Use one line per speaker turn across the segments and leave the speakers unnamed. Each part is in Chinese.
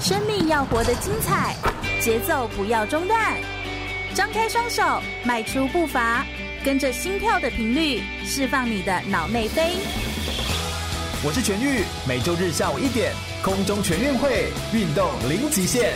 生命要活得精彩，节奏不要中断。张开双手，迈出步伐，跟着心跳的频率，释放你的脑内啡。
我是全玉，每周日下午一点，空中全运会，运动零极限。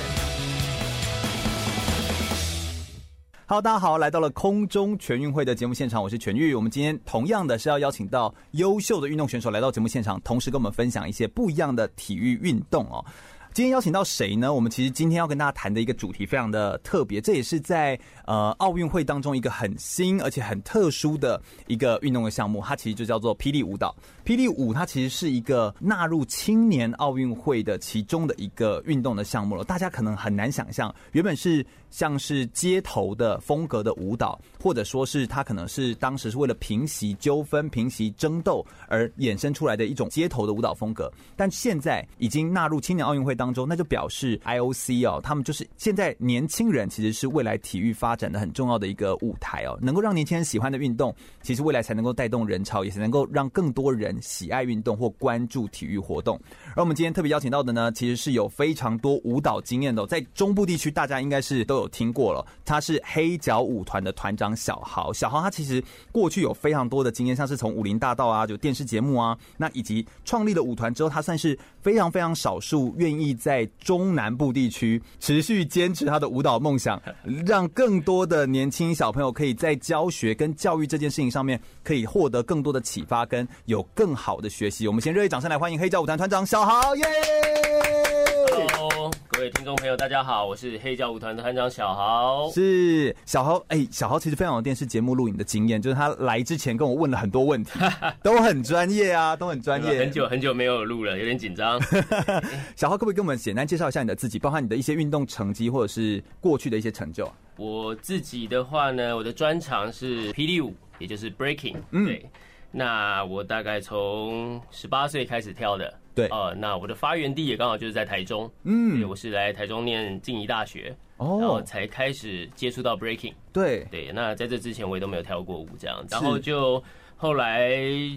Hello，大家好，来到了空中全运会的节目现场，我是全玉。我们今天同样的是要邀请到优秀的运动选手来到节目现场，同时跟我们分享一些不一样的体育运动哦。今天邀请到谁呢？我们其实今天要跟大家谈的一个主题非常的特别，这也是在呃奥运会当中一个很新而且很特殊的一个运动的项目，它其实就叫做霹雳舞蹈。霹雳舞它其实是一个纳入青年奥运会的其中的一个运动的项目了。大家可能很难想象，原本是像是街头的风格的舞蹈，或者说是它可能是当时是为了平息纠纷、平息争斗而衍生出来的一种街头的舞蹈风格，但现在已经纳入青年奥运会。当中，那就表示 IOC 哦，他们就是现在年轻人其实是未来体育发展的很重要的一个舞台哦，能够让年轻人喜欢的运动，其实未来才能够带动人潮，也才能够让更多人喜爱运动或关注体育活动。而我们今天特别邀请到的呢，其实是有非常多舞蹈经验的、哦，在中部地区大家应该是都有听过了，他是黑脚舞团的团长小豪，小豪他其实过去有非常多的经验，像是从武林大道啊，就电视节目啊，那以及创立了舞团之后，他算是非常非常少数愿意。在中南部地区持续坚持他的舞蹈梦想，让更多的年轻小朋友可以在教学跟教育这件事情上面可以获得更多的启发，跟有更好的学习。我们先热烈掌声来欢迎黑教舞团团长小豪，耶、
yeah!！Hello，各位听众朋友，大家好，我是黑教舞团的团长小豪，
是小豪。哎、欸，小豪其实非常有电视节目录影的经验，就是他来之前跟我问了很多问 题，都很专业啊，都很专业。
很久很久没有录了，有点紧张。
小豪可不可以？跟我们简单介绍一下你的自己，包含你的一些运动成绩，或者是过去的一些成就、啊。
我自己的话呢，我的专长是霹雳舞，也就是 breaking。嗯，对。那我大概从十八岁开始跳的。
对。
呃，那我的发源地也刚好就是在台中。嗯，我是来台中念静宜大学，哦，然后才开始接触到 breaking。
对
对。那在这之前我也都没有跳过舞这样，然后就。后来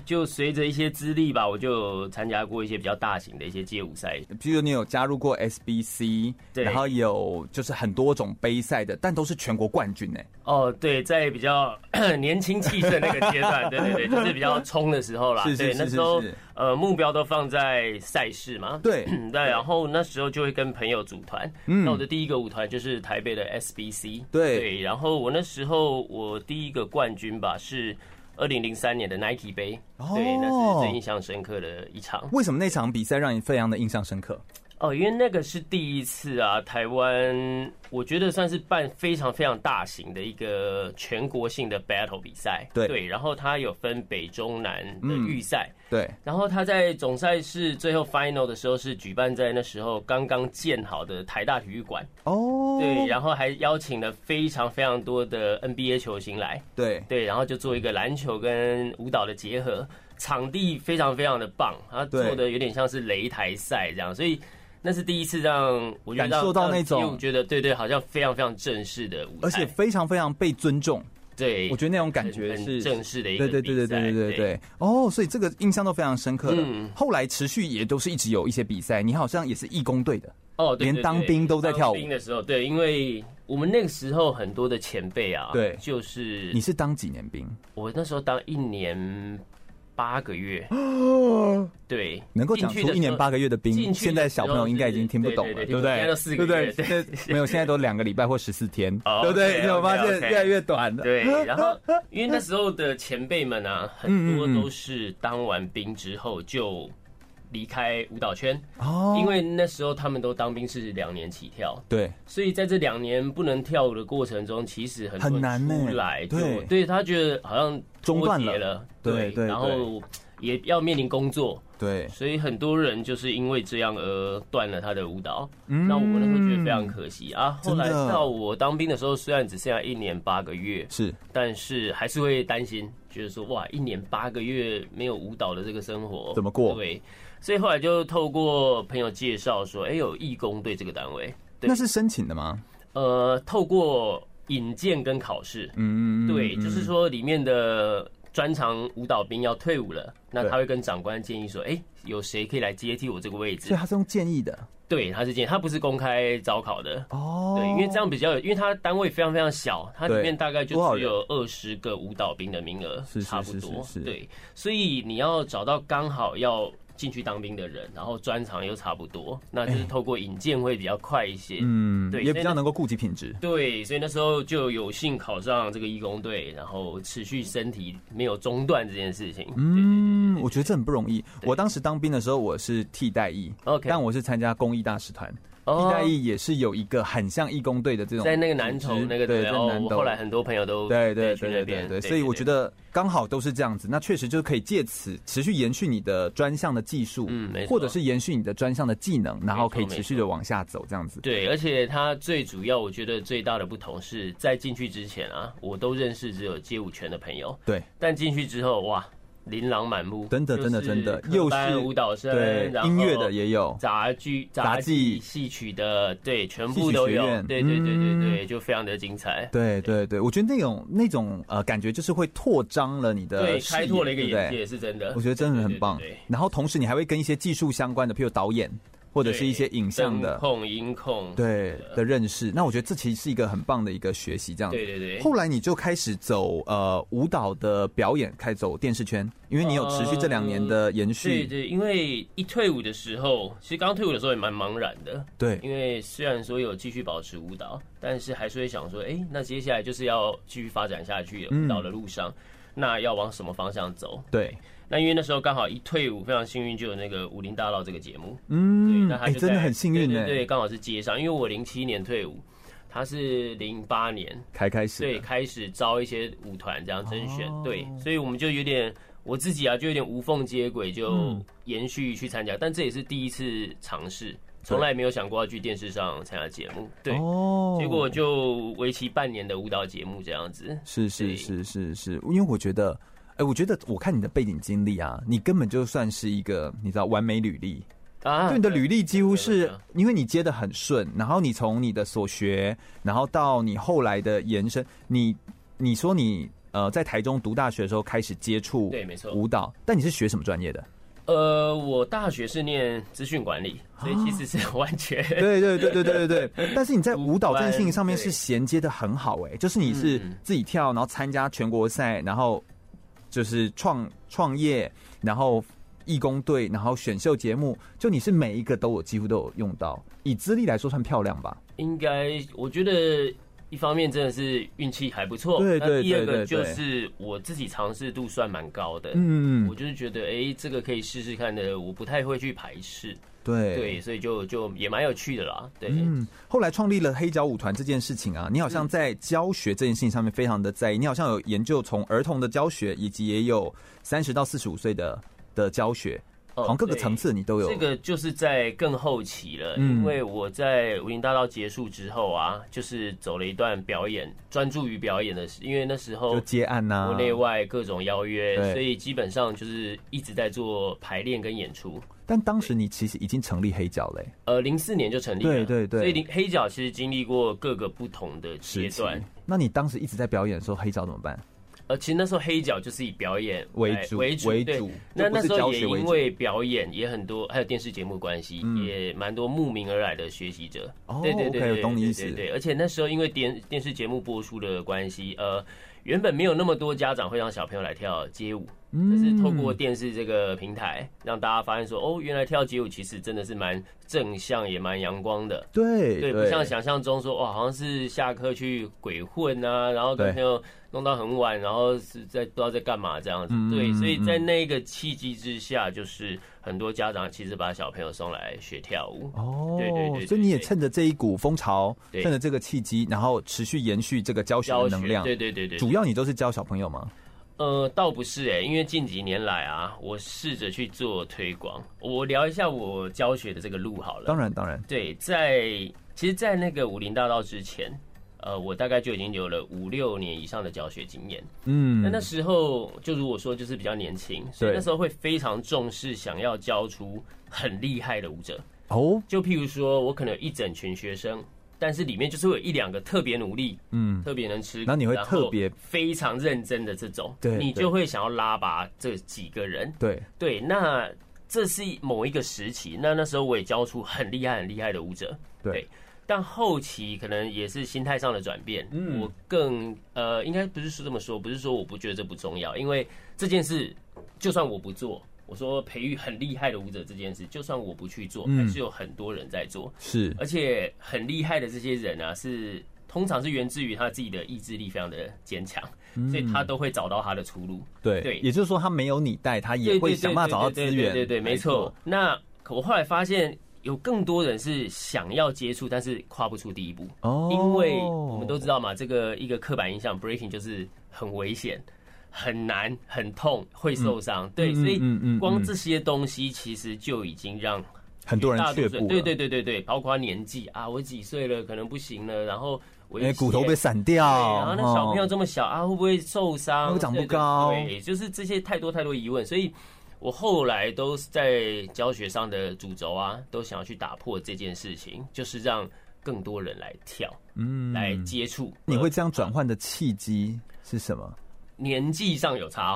就随着一些资历吧，我就参加过一些比较大型的一些街舞赛，
比如你有加入过 SBC，
对，
然后有就是很多种杯赛的，但都是全国冠军呢、欸。
哦，对，在比较 年轻气盛那个阶段，对对对，就是比较冲的时候啦。
是是是
对，那时候呃目标都放在赛事嘛。
对
对，然后嗯那时候就会跟朋友组团。嗯，那我的第一个舞团就是台北的 SBC
对。
对，然后我那时候我第一个冠军吧是。二零零三年的 Nike 杯，oh,
哦
对，那是最印象深刻的一场。
为什么那场比赛让你非常的印象深刻？
哦，因为那个是第一次啊，台湾我觉得算是办非常非常大型的一个全国性的 battle 比赛，
对
对，然后它有分北中南的预赛、
嗯，对，
然后它在总赛事最后 final 的时候是举办在那时候刚刚建好的台大体育馆，
哦，
对，然后还邀请了非常非常多的 NBA 球星来，
对
对，然后就做一个篮球跟舞蹈的结合，场地非常非常的棒，它做的有点像是擂台赛这样，所以。那是第一次让我
感受到那种
觉得对对，好像非常非常正式的舞台，
而且非常非常被尊重。
对，
我觉得那种感觉是
正式的一
个对对对对对对对哦，所以这个印象都非常深刻。嗯，后来持续也都是一直有一些比赛，你好像也是义工队的
哦，对
连当兵都在跳舞。
兵的时候，对，因为我们那个时候很多的前辈啊，
对，
就是
你是当几年兵？
我那时候当一年。八 个月，对，
能够讲出一年八个月的兵，现在小朋友应该已经听不懂了，对不对？
现在都四
个
月，
对对，没有，现在都两个礼拜或十四天，对不对？你有发现越来越短了。
对， 然后因为那时候的前辈们啊，
嗯
很多都是当完兵之后就离开舞蹈圈，
哦，
因为那时候他们都当兵是两年起跳，
对，
所以在这两年不能跳舞的过程中，其实很
很难
出来，
对，
对他觉得好像。
中断
了，
对对，
然后也要面临工作，
对，
所以很多人就是因为这样而断了他的舞蹈。
嗯
那我那时候觉得非常可惜啊。后来到我当兵的时候，虽然只剩下一年八个月，
是，
但是还是会担心，觉得说哇，一年八个月没有舞蹈的这个生活
怎么过？
对，所以后来就透过朋友介绍说，哎，有义工队这个单位，
那是申请的吗？
呃，透过。引荐跟考试，
嗯，
对，就是说里面的专长舞蹈兵要退伍了，那他会跟长官建议说，哎、有谁可以来接替我这个位
所
置
以？他是用建议的
对，他是建议，他不是公开招考的。
哦
对，因为这样比较有，因为他单位非常非常小，它里
对
面大概就
多少
只有二十个舞蹈兵的名额
是，是
差不
是
多
是是。
对，所以你要找到刚好要进去当兵的人，然后专长又差不多，那
哎
就是透过引荐会比较快一些。
嗯，
对
也
所以
比较
那
能够顾及品质。
对，所以那时候就有幸考上这个义工队，然后持续身体没有中断这件事情。
嗯，我觉得这很不容易。我当时当兵的时候，我是替代役
OK
但我是参加公益大使团。
哦
替代役也是有一个很像义工队的这种组织，
在那个南投那个哦
对，在
然后
南
我
投。
后来很多朋友都
对对
去
对
那
对
边
对对，所以我觉。得刚好都是这样子，那确实就是可以借此持续延续你的专项的技术，
嗯没错
或者是延续你的专项的技能，然后可以
没错
持续的往下走这样子。
对，而且它最主要，我觉得最大的不同是在进去之前啊，我都认识只有街舞圈的朋友，
对，
但进去之后哇，琳琅满目，
真的真的真的，又是
是科班舞蹈生，
对
然后
音乐的也有，
杂剧、
杂
杂技、
技
戏曲的，对，全
戏
部
曲
都
学
有
院，
对对对对
嗯
对，就非常的精彩。
对对对，我觉得那种那种呃感觉就是会拓张了你的
对，
视野，
开拓了一个
对不对
眼界，是真的。
我觉得真的很棒
对对对对。
然后同时你还会跟一些技术相关的，譬如导演或者是一些影像
声
的，
控、音控，
对的认识。那我觉得这其实是一个很棒的一个学习，这样子。
对对对。
啊后来你就开始走呃舞蹈的表演，开始走电视圈，因为你有持续这两年的延
对
续。
对，因为一退伍的时候，其实刚退伍的时候也蛮茫然的，
对
因为虽然说有继续保持舞蹈，但是还是会想说，哎、那接下来就是要继续发展下去
嗯
舞蹈的路上，那要往什么方向走？
对，
那因为那时候刚好一退伍，非常幸运就有那个《武林大道》这个节目，
嗯，
那他
哎，
就在、
真的很幸运
对
哎
对，对，刚好是接上，因为我零七年退伍，他是零八年，
才开始
对，
的。
开始招一些舞团这样甄选，
哦
对，所以我们就有点我自己啊，就有点无缝接轨，就
嗯
延续去参加，但这也是第一次尝试，从来没有想过要去电视上参加节目，对，
哦
结果就为期半年的舞蹈节目这样子，
是是
对
是是是，因为我觉得，哎、我觉得我看你的背景经历啊，你根本就算是一个你知道完美履历，
啊
就你的履历几乎
对
是
对
因为你接的很顺，然后你从你的所学，然后到你后来的延伸，你你说你呃在台中读大学的时候开始接触
对没错
舞蹈，但你是学什么专业的？
呃，我大学是念资讯管理，所以其实是完全
对对对对对对 对。但是你在舞蹈这件事情上面
对
是衔接的很好哎、就是你是
嗯
自己跳，然后参加全国赛，然后就是创创业，然后义工队，然后选秀节目，就你是每一个都有几乎都有用到。以资历来说算漂亮吧？
应该，我觉得一方面真的是运气还不错，
对对
那第二
对
个
对
就
对
是我自己尝试度算蛮高的，
嗯
我，就是觉得哎、诶这个可以试试看的，我不太会去排斥，
对
对，所以就就也蛮有趣的啦，对，
嗯，后来创立了黑脚舞团这件事情啊，你好像在教学这件事情上面非常的在意，你好像有研究从儿童的教学，以及也有三十到四十五岁的的教学，
哦
好像各个
对
层次你都有。
这个就是在更后期了，
嗯
因为我在无影大道结束之后啊，就是走了一段表演，专注于表演的时，因为那时候
就接案啊呐、
国内外各种邀约，
对
所以基本上就是一直在做排练跟演出。
但当时你其实已经成立黑脚嘞、
呃，零四年就成立了，
对对对
所以零黑脚其实经历过各个不同的阶
时期
段。。
那你当时一直在表演的时候，黑脚怎么办？
呃，其实那时候黑脚就是以表演
为
哎
主
为主
为
对
主
那
就不
那
是
时候
教
也
学为
因
主嗯
为表演也很多，还有电视节目关系，也蛮多慕名而来的学习者。
哦
对对
OK，
对对，
我懂你
对
意思
对对，而且那时候因为电电视节目播出的关系，呃，原本没有那么多家长会让小朋友来跳街舞，
嗯
但是透过电视这个平台，让大家发现说，哦，原来跳街舞其实真的是蛮正向，也蛮阳光的。
对
对，不像想象中说哇，好像是下课去鬼混啊，然后
对
跟朋友弄到很晚，然后是在不知道在干嘛这样子
嗯。
对，
嗯
所以
嗯
在那个契机之下，就是很多家长其实把小朋友送来学跳舞。
哦，
对对对对
所以你也趁着这一股风潮，
对
趁着这个契机，然后持续延续这个教学
教
的
学
能量。
对对对对，
主要你都是教小朋友吗？
呃，倒不是哎、因为近几年来啊，我试着去做推广。我聊一下我教学的这个路好了。
当然，当然。
对，在其实，在那个武林大道之前，呃，我大概就已经有了五六年以上的教学经验。
嗯
那那时候就如我说，就是比较年轻，所以
对
那时候会非常重视想要教出很厉害的舞者。
哦，
就譬如说，我可能有一整群学生，但是里面就是会有一两个特别努力，
嗯，
特别能吃，
然后你会
然后
特别
非常认真的这种，
对
你
对
就会想要拉拔这几个人。
对，
对，那这是某一个时期，那那时候我也教出很厉害、很厉害的舞者。
对
但后期可能也是心态上的转变，
嗯
我更呃，应该不是说这么说，不是说我不觉得这不重要，因为这件事就算我不做。我说培育很厉害的舞者这件事，就算我不去做，
嗯
还是有很多人在做，
是，
而且很厉害的这些人啊，是通常是源自于他自己的意志力非常的坚强，
嗯
所以他都会找到他的出路。
对，
对
也就是说他没有你带，他也
对
会
对
想
对
办法
对
找到
对
资
对
源，
对对，没错。。那我后来发现，有更多人是想要接触，但是跨不出第一步，
哦，
因为我们都知道嘛，这个一个刻板印象 breaking 就是很危险。很难，很痛，会受伤。对，
嗯
所以
嗯嗯嗯
光这些东西其实就已经让
很多人
大
却
多数
步，
对对，对对对，包括年纪啊，我几岁了，可能不行了，然后我
因为
一
哎骨头被
斜
散掉，
对，然后那小朋友
哦
这么小啊，会不会受伤？
会不会长不高
对对对就是这些太多太多疑问，所以我后来都是在教学上的主轴啊，都想要去打破这件事情，就是让更多人来跳，
嗯
来接触。
你会这样转换的契机是什么？
年纪上有差、哦，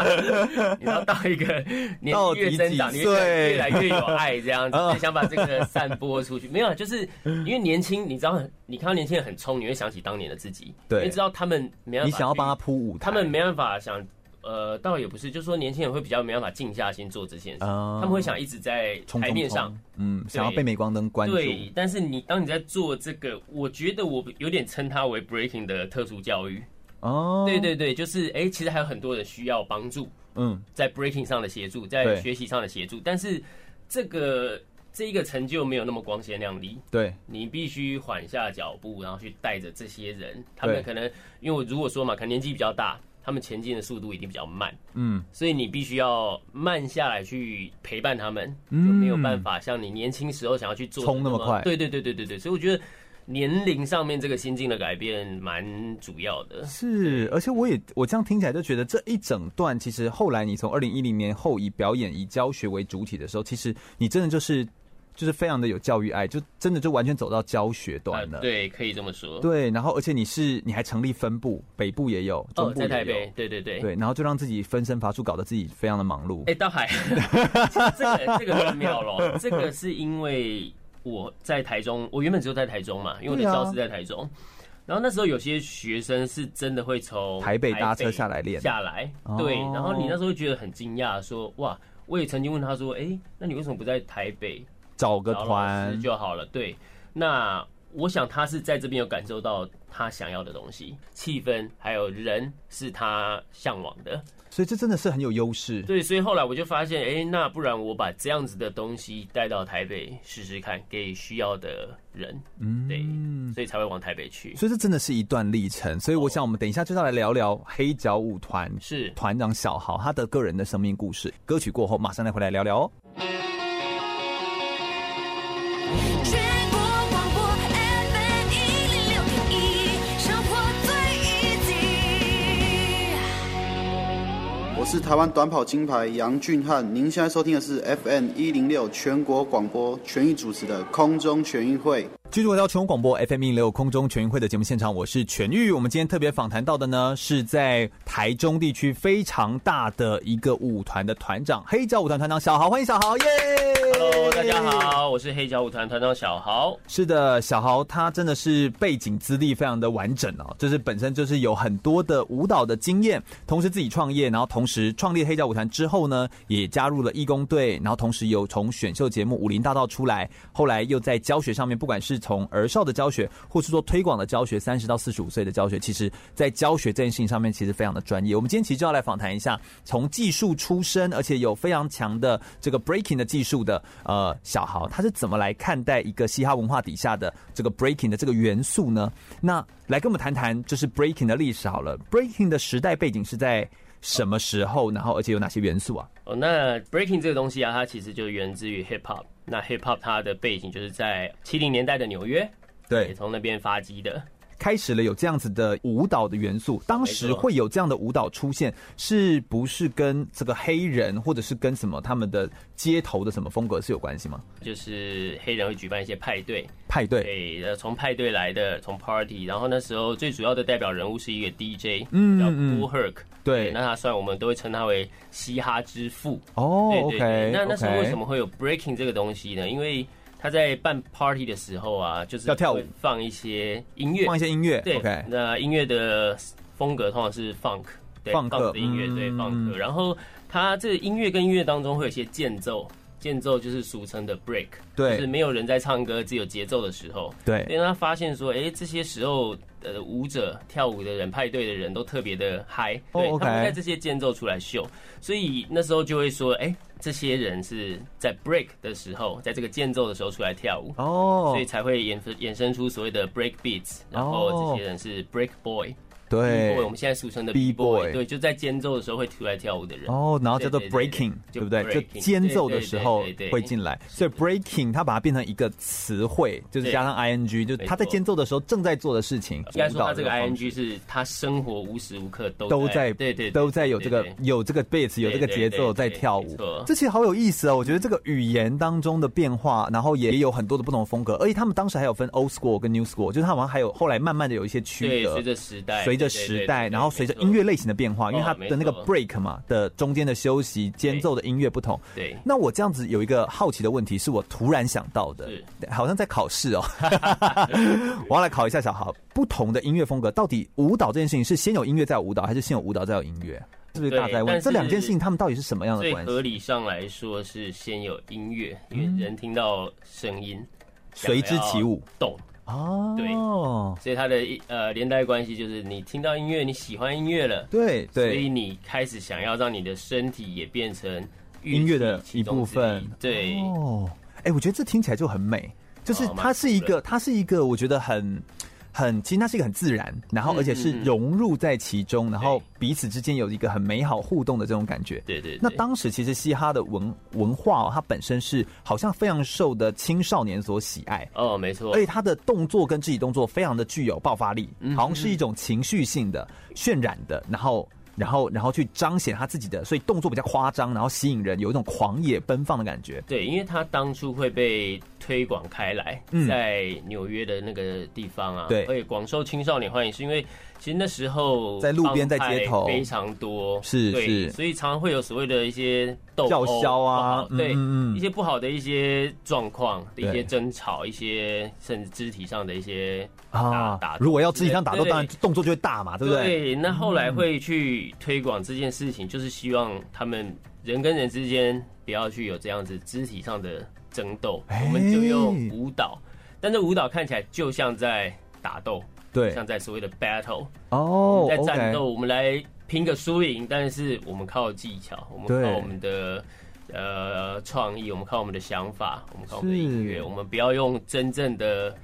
你要到一个年
到
纪
底
越增长，
几
你
岁
越越来越有爱，这样子
啊
就想把这个散播出去。没有啊，就是因为年轻，你知道，你看到年轻人很冲，你会想起当年的自己，
对
你会知道他们没办法，
你想要帮他，铺舞台，
他们没办法想，呃，倒也不是，就是说年轻人会比较没办法静下心做这件事，
啊
他们会想一直在
冲
台面上，，
冲冲嗯，想要被镁光灯关注，
对，但是你当你在做这个，我觉得我有点称它为 breaking 的特殊教育。
哦，
对，对对，就是哎、其实还有很多人需要帮助，
嗯，
在 breaking 上的协助，
对
在学习上的协助，但是这个这一个成就没有那么光鲜亮丽，
对，
你必须缓下脚步，然后去带着这些人，他们
对
可能因为我如果说嘛，可能年纪比较大，他们前进的速度一定比较慢，
嗯，
所以你必须要慢下来去陪伴他们，就没有办法像你年轻时候想要去做的
嗯冲那么快
对对对对对对，所以我觉得年龄上面这个心境的改变蛮主要的。
是，而且我也我这样听起来就觉得这一整段，其实后来你从二零一零年后以表演以教学为主体的时候，其实你真的就是就是非常的有教育爱，就真的就完全走到教学
啊
端了。
对，可以这么说。
对，然后而且你是你还成立分部，北部也有，中
哦，
部
在
也
台
有，
北，对对对。
对，然后就让自己分身乏术，搞得自己非常的忙碌。
哎、倒还， 其实这个这个很妙咯， 这个是因为我在台中，我原本只有在台中嘛，因为我的
对啊
教室在台中。然后那时候有些学生是真的会从
台北搭车下来练
下来
哦，
对。然后你那时候会觉得很惊讶，说哇，我也曾经问他说，哎、那你为什么不在台北
找个
找老
团
师，就好了？对，那我想他是在这边有感受到他想要的东西，气氛还有人是他向往的。
所以这真的是很有优势。
对，所以后来我就发现，哎、那不然我把这样子的东西带到台北试试看，给需要的人，
嗯
对，，所以才会往台北去。
所以这真的是一段历程。所以我想，我们等一下就要来聊聊黑脚舞团
哦是
团长小豪他的个人的生命故事。歌曲过后，马上来回来聊聊哦。
全国广播 FM 一零六点一，生活最 easy。
我是台湾短跑金牌杨俊翰，您现在收听的是 FM 一零六全国广播全域主持的空中全运会。
继续回到全国广播 FM 一六空中全运会的节目现场，我是全玉。我们今天特别访谈到的呢，是在台中地区非常大的一个舞团的团长，黑脚舞团团长小豪，欢迎小豪，耶
Hello，大家。好，我是黑脚舞团团长小豪。
是的，小豪他真的是背景资历非常的完整哦，就是本身就是有很多的舞蹈的经验，同时自己创业，然后同时创立黑脚舞团之后呢，也加入了义工队，然后同时有从选秀节目《武林大道》出来，后来又在教学上面，不管是从儿少的教学，或是做推广的教学，三十到四十五岁的教学，其实在教学这件事情上面其实非常的专业。我们今天其实就要来访谈一下从技术出身，而且有非常强的这个 breaking 的技术的呃小豪，他是怎么来看待一个嘻哈文化底下的这个 breaking 的这个元素呢？那来跟我们谈谈就是 breaking 的历史好了，breaking 的时代背景是在什么时候？然后而且有哪些元素啊？
哦，那 breaking 这个东西啊，它其实就源自于 hip hop。那 hip hop 它的背景就是在七零年代的纽约，也
对，
从那边发迹的。
开始了有这样子的舞蹈的元素。当时会有这样的舞蹈出现，是不是跟这个黑人或者是跟什么他们的街头的什么风格是有关系吗？
就是黑人会举办一些派对，
派对，
对，呃，从派对来的，从 party，然后那时候最主要的代表人物是一个 DJ，
嗯
叫
嗯
Cool Herc，
对
那他算我们都会称他为嘻哈之父。
哦
对对对
，OK，
那那时候
OK
为什么会有 breaking 这个东西呢？因为他在办 party 的时候啊，就是
要跳舞
会放一些音乐
放一，些音乐
对
？OK，
那音乐的风格通常是 funk，对
funk，
的音乐，对
嗯
funk。然后它这个音乐跟音乐当中会有一些间奏，间奏就是俗称的 break，
对
就是没有人在唱歌，只有节奏的时候。因
对，
为他发现说，哎、这些时候，呃，舞者、跳舞的人、派对的人都特别的嗨，
哦
对
，OK
他们在这些间奏出来秀，所以那时候就会说，哎、这些人是在 break 的时候，在这个间奏的时候出来跳舞，
哦
所以，才会衍衍生出所谓的 break beats，然后这些人是 break boy，boy、
哦对
boy，我，们现在俗称的
B boy
对，就在间奏的时候会出来跳舞的人。
哦，然后叫做
对对对
breaking，对
就
不对？就
breaking，
间奏的时候
对对对对对
会进来，所以 breaking 它把它变成一个词汇，就是
对
加上 ing，就是它在
没错
间奏的时候正在做的事情。
应该说，他
舞蹈
这个
方式
ing 是他生活无时无刻都
都在
对对对
都在有这个
对对
有这个 beat 有这个节奏在跳
对
舞
对对没错，
这其实好有意思哦。我觉得这个语言当中的变化，然后也有很多的不同风格，而且他们当时还有分 old school 跟 new school，就是他们好像还有后来慢慢的有一些区
对，
隔
随。着时代，
随着
对对
时
对
代，
对
然后
没
随着
错
音乐类型的变化，因为
哦
它
没
的那个
错
break 嘛的中间的休息、间
对
奏的音乐不同，
对。
那我这样子有一个好奇的问题，是我突然想到的
是，
好像在考试 哦。我要来考一下小豪，不同的音乐风格，到底舞蹈这件事情是先有音乐再有舞蹈，还是先有舞蹈再有音乐？是不是
对
大家在
但
问
是
这两件事情，他们到底是什么样的
最
关系？
合理上来说是先有音乐，因为人听到声音，
嗯随之起舞
动，
哦，
所以它的一呃连带关系就是你听到音乐，你喜欢音乐了，
对
所以
对
你开始想要让你的身体也变成
音乐的
其
一
中
部
之
分，
对，
哦，哎、我觉得这听起来就很美，就是
哦蛮
它是一
酷的
个，它是一个，我觉得很。很，其实它是一个很自然，然后而且是
嗯嗯嗯
融入在其中，然后彼此之间有一个很美好互动的这种感觉。
对对对。
那当时其实嘻哈的文文化、哦，它本身是好像非常受的青少年所喜爱，
哦，没错
而，且它的动作跟肢体动作非常的具有爆发力，
嗯
好像是一种情绪性的渲染的，然后然后然后去彰显他自己的，所以动作比较夸张，然后吸引人，有一种狂野奔放的感觉。
对，因为它当初会被推广开来
嗯，
在纽约的那个地方啊，
对
会广受青少年欢迎，是因为其实那时候
在路边
帮
在街
派
头
非常多，
是
对
是
所以常常会有所谓的一些斗
叫
殴
嚣啊
不好
嗯
对，
嗯嗯
一些不好的一些状况，一
对
些争吵，一些甚至肢体上的一些打
啊
打斗之类的，
如果要肢体上打斗，
对
当然动作就会大嘛，对嗯不对？
对，那后来会去推广这件事情，就是希望他们人跟人之间不要去有这样子肢体上的争斗，
哎
我们就用舞蹈，但这舞蹈看起来就像在打斗，
对
像在所谓的 battle，
哦
在战斗，
，OK，
我们来拼个输赢，但是我们靠技巧，我们
对
靠我们的。呃，创意，我们靠我们的想法，我们靠我们的
是
音乐，我们不要用真正的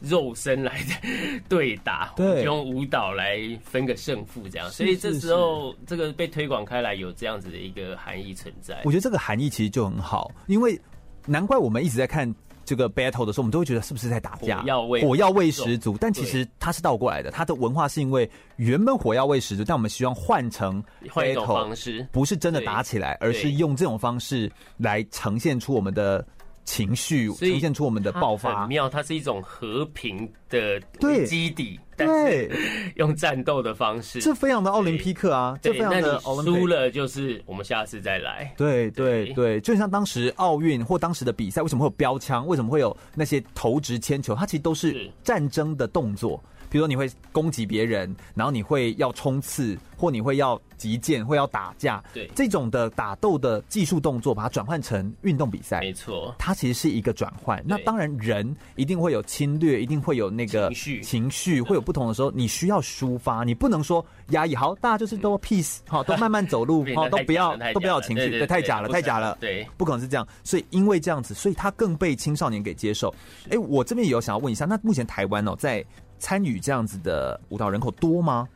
肉身来 对打，
对
我们就用舞蹈来分个胜负，这样。
是
所以这
是
时候这个被推广开来，有这样子的一个含义存在。
我觉得这个含义其实就很好，因为难怪我们一直在看。这个 battle 的时候，我们都会觉得是不是在打架？
火药味
火药味十足，但其实它是倒过来的。它的文化是因为原本火药味十足，但我们希望换成
换一种
battle，
方式，
不是真的打起来，而是用这种方式来呈现出我们的情绪，
所以
呈现出我们的爆
它很
发。
妙，它是一种和平的
对
基底，但是
对，
用战斗的方式，
这非常的奥林匹克啊，这
对，
非
那
常
你
的奥林匹
输
克。
了就是我们下次再来。
对对
对
对，就像当时奥运或当时的比赛，为什么会有标枪？为什么会有那些投掷铅球？它其实都是
是
战争的动作。比如说你会攻击别人，然后你会要冲刺，或你会要击剑，会要打架。
对
这种的打斗的技术动作，把它转换成运动比赛
没，错，
它其实是一个转换。那当然，人一定会有侵略，一定会有那个
情绪
情绪会有不同的时候，你需要抒发，你不能说压抑。好，大家就是都 peace，好，都慢慢走路，
对
好，
那
都
太
不
假
要
了太
都不
假
要有
了
情
对
绪，
对
对，太
对
假了，
不
太
可
假
能
了，
对
不可能是这样。所以因为这样子，所以它更被青少年给接受。哎，我这边也有想要问一下，那目前台湾哦，在参与这样子的舞蹈人口多吗？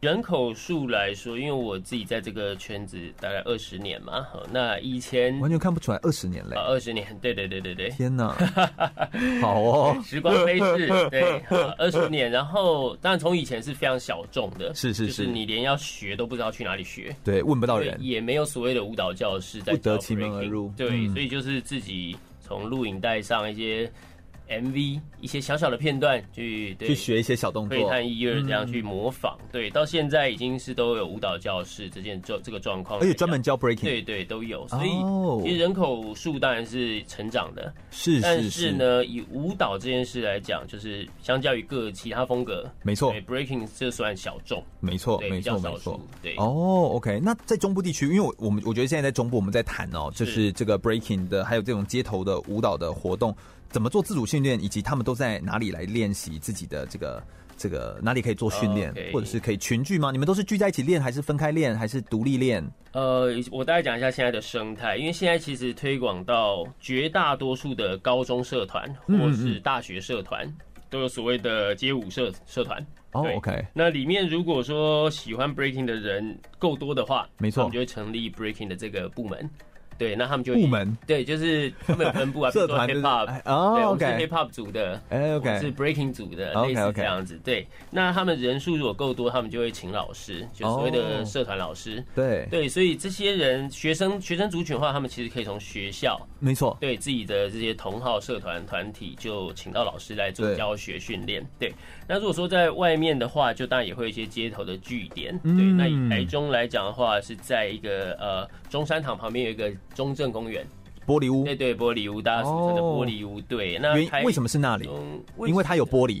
人口数来说，因为我自己在这个圈子大概二十年嘛，哦那以前
完全看不出来二十年嘞
啊，二十年，对对对对对，
天 哪，好哦，
时光飞逝， 对，哦二十年。然后，当然从以前是非常小众的，
是是
就是是你连要学都不知道去哪里学，
对，问不到
对
人，
也没有所谓的舞蹈教室在
不得
教
其门而
breaking
入
对，
嗯
所以就是自己从录影带上一些 MV 一些小小的片段去对
去学一些小动
窥
作，
探一二这样去模仿。对，到现在已经是都有舞蹈教室这件这这个状况，
而且专门教 breaking，
对对都有，所以
哦
其实人口数当然是成长的。
是
但
是
是，呢，以舞蹈这件事来讲，就是相较于各其他风格，
没错
对 breaking 这算小众，
没错
对，
没
比
错，
较
没
少
错
数。，对，
哦，OK，那在中部地区，因为我我们我觉得现在在中部我们在谈哦，就是
是
这个 breaking 的，还有这种街头的舞蹈的活动，怎么做自主训练，以及他们都在哪里来练习自己的这个这个哪里可以做训练，
哦 OK
或者是可以群聚吗？你们都是聚在一起练，还是分开练，还是独立练？
呃，我大概讲一下现在的生态，因为现在其实推广到绝大多数的高中社团
嗯
或是大学社团，都有所谓的街舞社社团。
哦
对
，OK，
那里面如果说喜欢 breaking 的人够多的话，
没错
他们就会成立 breaking 的这个部门。对，那他们就
部门
对，就是他们有分部啊，比
社
如说
团就是
hip hop，
哎哦
对，我们
OK
是 hip hop 组的，
哎，OK
我是 breaking 组的，
OK，
类似
OK
这样子。对，那他们人数如果够多，他们就会请老师，就所谓
哦
的社团老师。
对，
对，所以这些人学生学生族群的话，他们其实可以从学校
没错，
对自己的这些同号社团团体，就请到老师来做
对
教学训练。对，那如果说在外面的话，就当然也会有一些街头的据点。对，
嗯
那以台中来讲的话，是在一个呃中山堂旁边有一个中正公园，
玻璃屋
对，对，玻璃屋，大家俗称的
哦
玻璃屋。对，那
原
台
为什么是那里？
中？
因为它有玻璃，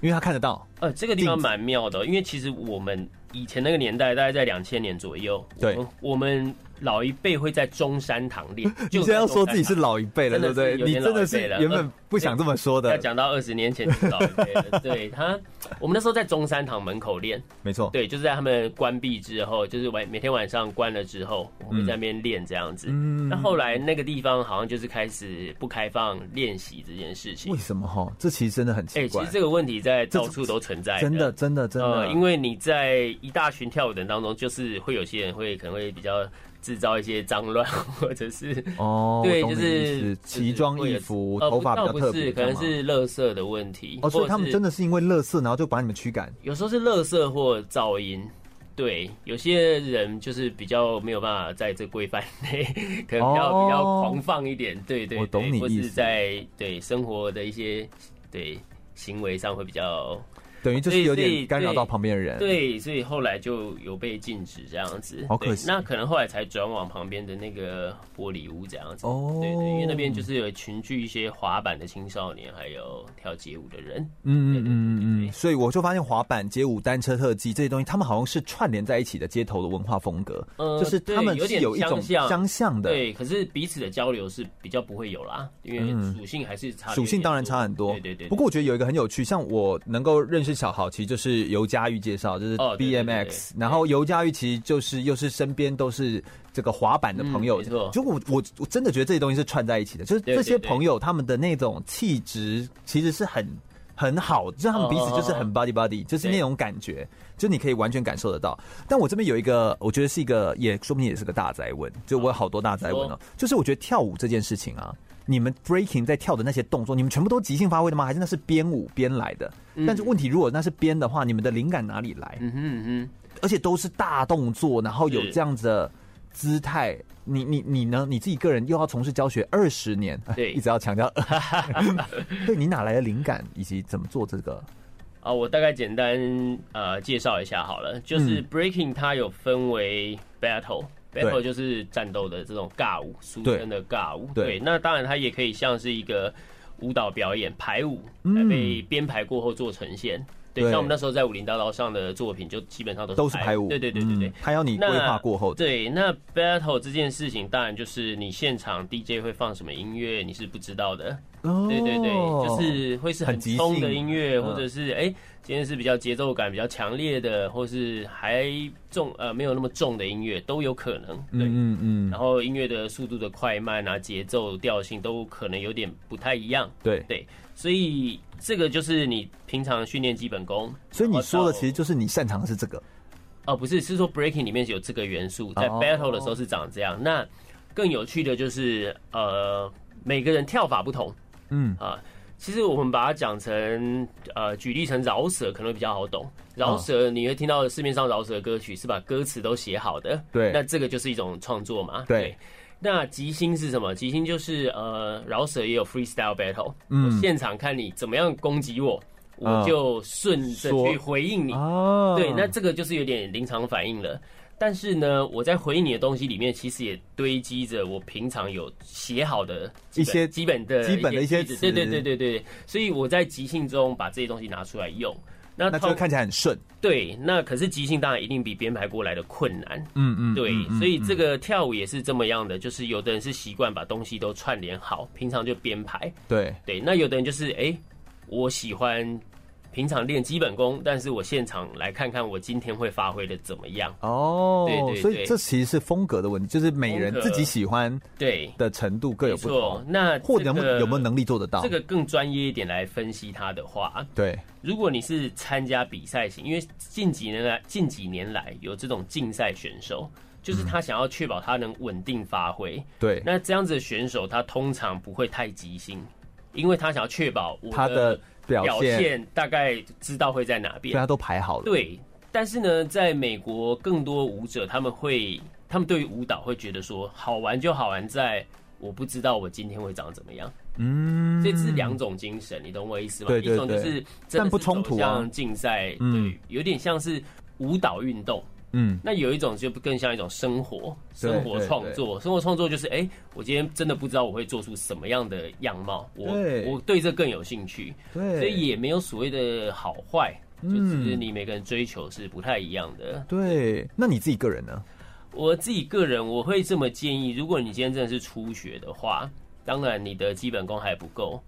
因为它看得到。
呃，这个地方蛮妙的哦，因为其实我们以前那个年代，大概在两千年左右，
对
我们，我们老一辈会在中山堂 练。
你
就
现在要
在中
说
山
自己是
堂
老一辈了，对
真
不对？
的是有
你
点
真的
老一
是
辈了呃
原本不想这么说
要
的，
讲到二十年前就老一辈了。对他，我们那时候在中山堂门口练，
没错。
对，就是在他们关闭之后，就是晚每天晚上关了之后，我们在那边练这样子。
嗯
那后来那个地方好像就是开始不开放练习这件事情
为。什么哈？这其实真的很
哎、
奇
其
怪
实，这个问题在
这
到处都存在
真的真的真的，
呃，因为你在一大群跳舞的人当中，就是会有些人会可能会比较制造一些脏乱，或者是
哦，
对，
我懂
就
你意
是
思奇装
就是会
异
有
服，
呃
头发比
倒
较
不
特
是
别，
可
这样
能
吗
是垃圾的问题，
哦，所以他
或
们
者是
真的是因为乐色，然后就把你们驱赶。
有时候是垃圾或噪音。对，有些人就是比较没有办法在这规范内， 可能比较、
哦
比较狂放一点。对对
我
对，
懂你
或
意
是
思
在对生活的一些对行为上会比较
等于就是
所以
有
所
点
以
干扰
对
到旁边的人，，
对，所以后来就有被禁止这样子。
好可
对
惜
那可能后来才转往旁边的那个玻璃屋这样子。
哦
对对，因为那边就是有群聚一些滑板的青少年，还有跳街舞的人。
嗯嗯嗯嗯
对
嗯，所以我就发现滑板、街舞、单车特技这些东西，他们好像是串联在一起的街头的文化风格，
呃
就是他们
对有
是
点
有一种
相像
相像的，
对，可是彼此的交流是比较不会有啦，因
嗯
为属性还是差。
属性当然差很多，
对对对。
不过我觉得有一个很有趣，像我能够认识小豪，其实就是尤佳玉介绍，就是
哦对对
BMX，、
对对
然后尤佳玉其实就是又是身边都是这个滑板的朋友，
嗯没错
就我我我真的觉得这些东西是串在一起的，就是
对
这些
对对
朋友他们的那种气质其实是很。很好，就他们彼此就是
哦
很 body body，就是那种感觉，就你可以完全感受得到。但我这边有一个，我觉得是一个，也说不定也是个大宅问，就我有好多大宅问哦
说。
就是我觉得跳舞这件事情啊，你们 breaking 在跳的那些动作，你们全部都即兴发挥的吗？还是那是编舞编来的？但是问题，如果那是编的话，你们的灵感哪里来？
嗯嗯哼嗯
而且都是大动作，然后有
是
这样子的姿态。你你你呢？你自己个人又要从事教学二十年，
对
一直要强调，对你哪来的灵感，以及怎么做这个？
哼，啊，我大概简单呃介绍一下好了，就是
嗯
breaking 它有分为 battle。
对
battle 就是战斗的这种尬舞，俗称的尬舞。
对
对，那当然它也可以像是一个舞蹈表演排舞来被编排过后做呈现。对，
嗯对
像我们那时候在武林大道上的作品，就基本上都
都是排舞，
对对对对对
嗯。他要你规
那
划过后的，
对，那 battle 这件事情，当然就是你现场 DJ 会放什么音乐，你是不知道的。
哦
对对对，就是会是
很
很
即
冲的
兴
音乐，
嗯
或者是哎、今天是比较节奏感比较强烈的，或是还重呃没有那么重的音乐都有可能。对，
嗯嗯嗯，
然后音乐的速度的快慢啊，节奏调性都可能有点不太一样。
对。
对，所以这个就是你平常训练基本功。
所以你
然后
说的
到
其实就是你擅长的是这个，
哦，不是，是说 breaking 里面有这个元素，在
哦
battle 的时候是长这样。那更有趣的就是，呃，每个人跳法不同
嗯，
啊。其实我们把它讲成，呃，举例成饶舌可能会比较好懂。饶舌你会听到市面上饶舌歌曲是把歌词都写好的，
对
那这个就是一种创作嘛，
对。
那即兴是什么？即兴就是呃，饶舌也有 freestyle battle，、
嗯
我现场看你怎么样攻击我，
啊
我就顺着
说
去回应你。
哦
对，那这个就是有点临场反应了。但是呢，我在回应你的东西里面，其实也堆积着我平常有写好的基
一
本
些
基本的
基本的一些
句子
词
对对对对对。所以我在即兴中把这些东西拿出来用，那
那就
通
会看起来很顺，
对，那可是即兴当然一定比编排过来的困难。
嗯嗯，
对
嗯，
所以这
嗯
个跳舞也是这么样的，就是有的人是习惯把东西都串联好，平常就编排。
对
对，那有的人就是哎、诶我喜欢平常练基本功，但是我现场来看看我今天会发挥的怎么样。
哦，
对对
所以
对
这其实是风格的问题，就是每人
风格
自己喜欢
对，
的程度各
没
有不
错
同，。
那
或者
这
有没有
个
有没有能力做得到？
这个更专业一点来分析它的话，
对，
如果你是参加比赛型，因为近几年来近几年来有这种竞赛选手，就是他想要确保他能稳定发挥。
嗯对，
那这样子的选手，他通常不会太急性，因为他想要确保我
他的
的
表
表
现，
现大概知道会在哪
对啊
边。
他都排好了，
对，但是呢，在美国，更多舞者他们会，他们对于舞蹈会觉得说，好玩就好玩在。我不知道我今天会长怎么样，
嗯，
所以这是两种精神，你懂我意思吗？
对对
一种就
对
是真
但
的
不
是
冲
走
突啊
向竞赛，
嗯
对，有点像是舞蹈运动。
嗯，
那有一种就更像一种生活、
对
生活创作。生活创作就是，哎、我今天真的不知道我会做出什么样的样貌，我
对
我对这更有兴趣，
对，
所以也没有所谓的好坏，就
嗯
只是你每个人追求是不太一样的。
对，那你自己个人呢？
我自己个人我会这么建议，如果你今天真的是初学的话，当然你的基本功还不够，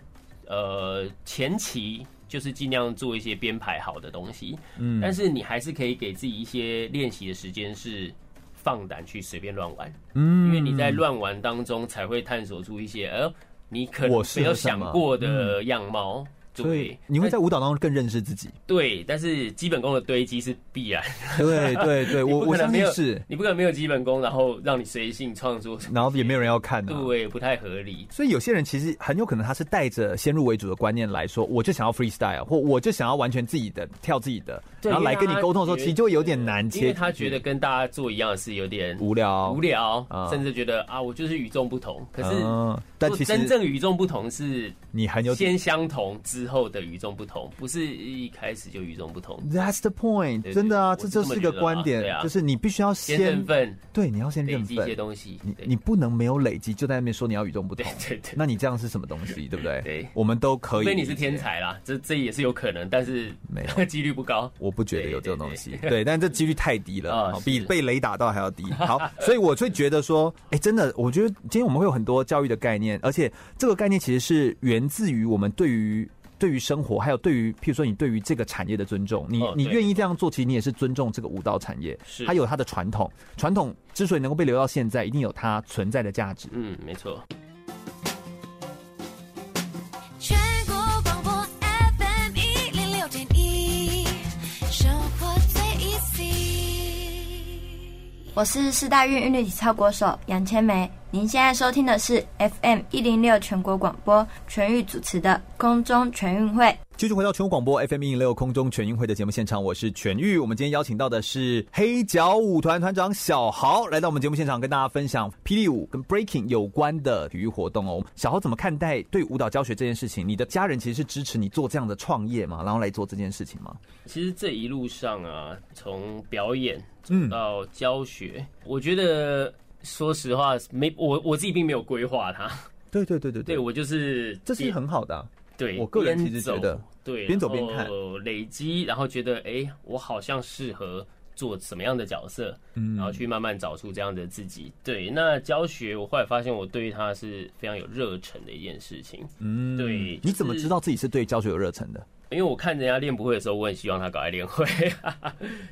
呃，前期。就是尽量做一些编排好的东西，
嗯，
但是你还是可以给自己一些练习的时间，是放胆去随便乱玩，
嗯
因为你在乱玩当中才会探索出一些，呃，你可
我
能
适
没
合
有
什
想
么
过的样貌。
所以
对，
嗯你会
但
在舞蹈当中更认识自己。
对，但是基本功的堆积是必然，
对对对，
你
我
不
我
可
相
能没
信
有
是，
你不可能没有基本功，然后让你随性创作，
然后也没有人要看的、
对，不太合理。
所以有些人其实很有可能他是带着先入为主的观念来说，我就想要 freestyle，或我就想要完全自己的跳自己的，
对
然后来
因为
跟你
他
沟通的时候，
觉
其实就会有点难切进去，
因为他觉得跟大家做一样的事有点
无聊
无聊
啊，
甚至觉得啊，我就是与众不同。可是，
嗯但其
真
实
正与众不同是
你很有
先相同之后的与众不同，不是一开始就与众不同。
That's the point，
对对
真的啊，
我
这
是
就
这么
是个
觉得啊
观点
对，啊
就是你必须要
先认份，
对，你要先
累
认
积一些
份，
东西。
你
对
你不能没有累积就在那边说你要与众不同
对，对对，
那你这样是什么东西，对不对？
对
我们都可
除
以。
非你是天，才啦，这这也是有可能，但是
没
几率不高。
我不觉得
对
有这种
对
东西，
对
对，但这几率太低 了，
啊
好
是
比被雷打到还要 低。好，所以我会觉得说，哎，真的，我觉得今天我们会有很多教育的概念，而且这个概念其实是源自于我们对于。对于生活，还有对于，譬如说你对于这个产业的尊重，你
哦
你
对
愿意这样做，其实你也是尊重这个舞蹈产业，
是
它有它的传统，传统之所以能够被留到现在，一定有它存在的价值。
嗯，没错。
全国广播 FM 一零六点一，生活最 easy。
我是四大运韵律体操国手杨千梅。您现在收听的是 FM 一零六全国广播全域主持的空中全运会。
继续回到全国广播 FM 一零六空中全运会的节目现场，我是全玉。我们今天邀请到的是黑脚舞团团长小豪来到我们节目现场，跟大家分享霹雳舞跟 breaking 有关的体育活动哦。小豪怎么看待对舞蹈教学这件事情？你的家人其实是支持你做这样的创业嘛，然后来做这件事情吗？
其实这一路上啊，从表演
嗯
到教学，我觉得说实话，没我我自己并没有规划它。
对对对对
对我就是
这是
边
很好的啊、
对，
我个人
边
其实
走
觉得
对，
边
然
走边看
后累积，然后觉得哎、诶我好像适合做什么样的角色，
嗯
然后去慢慢找出这样的自己。对，那教学我后来发现，我对于它是非常有热忱的一件事情，
嗯
对
你怎么知道自己是对教学有热忱的？
因为我看人家练不会的时候，我很希望他搞来练会，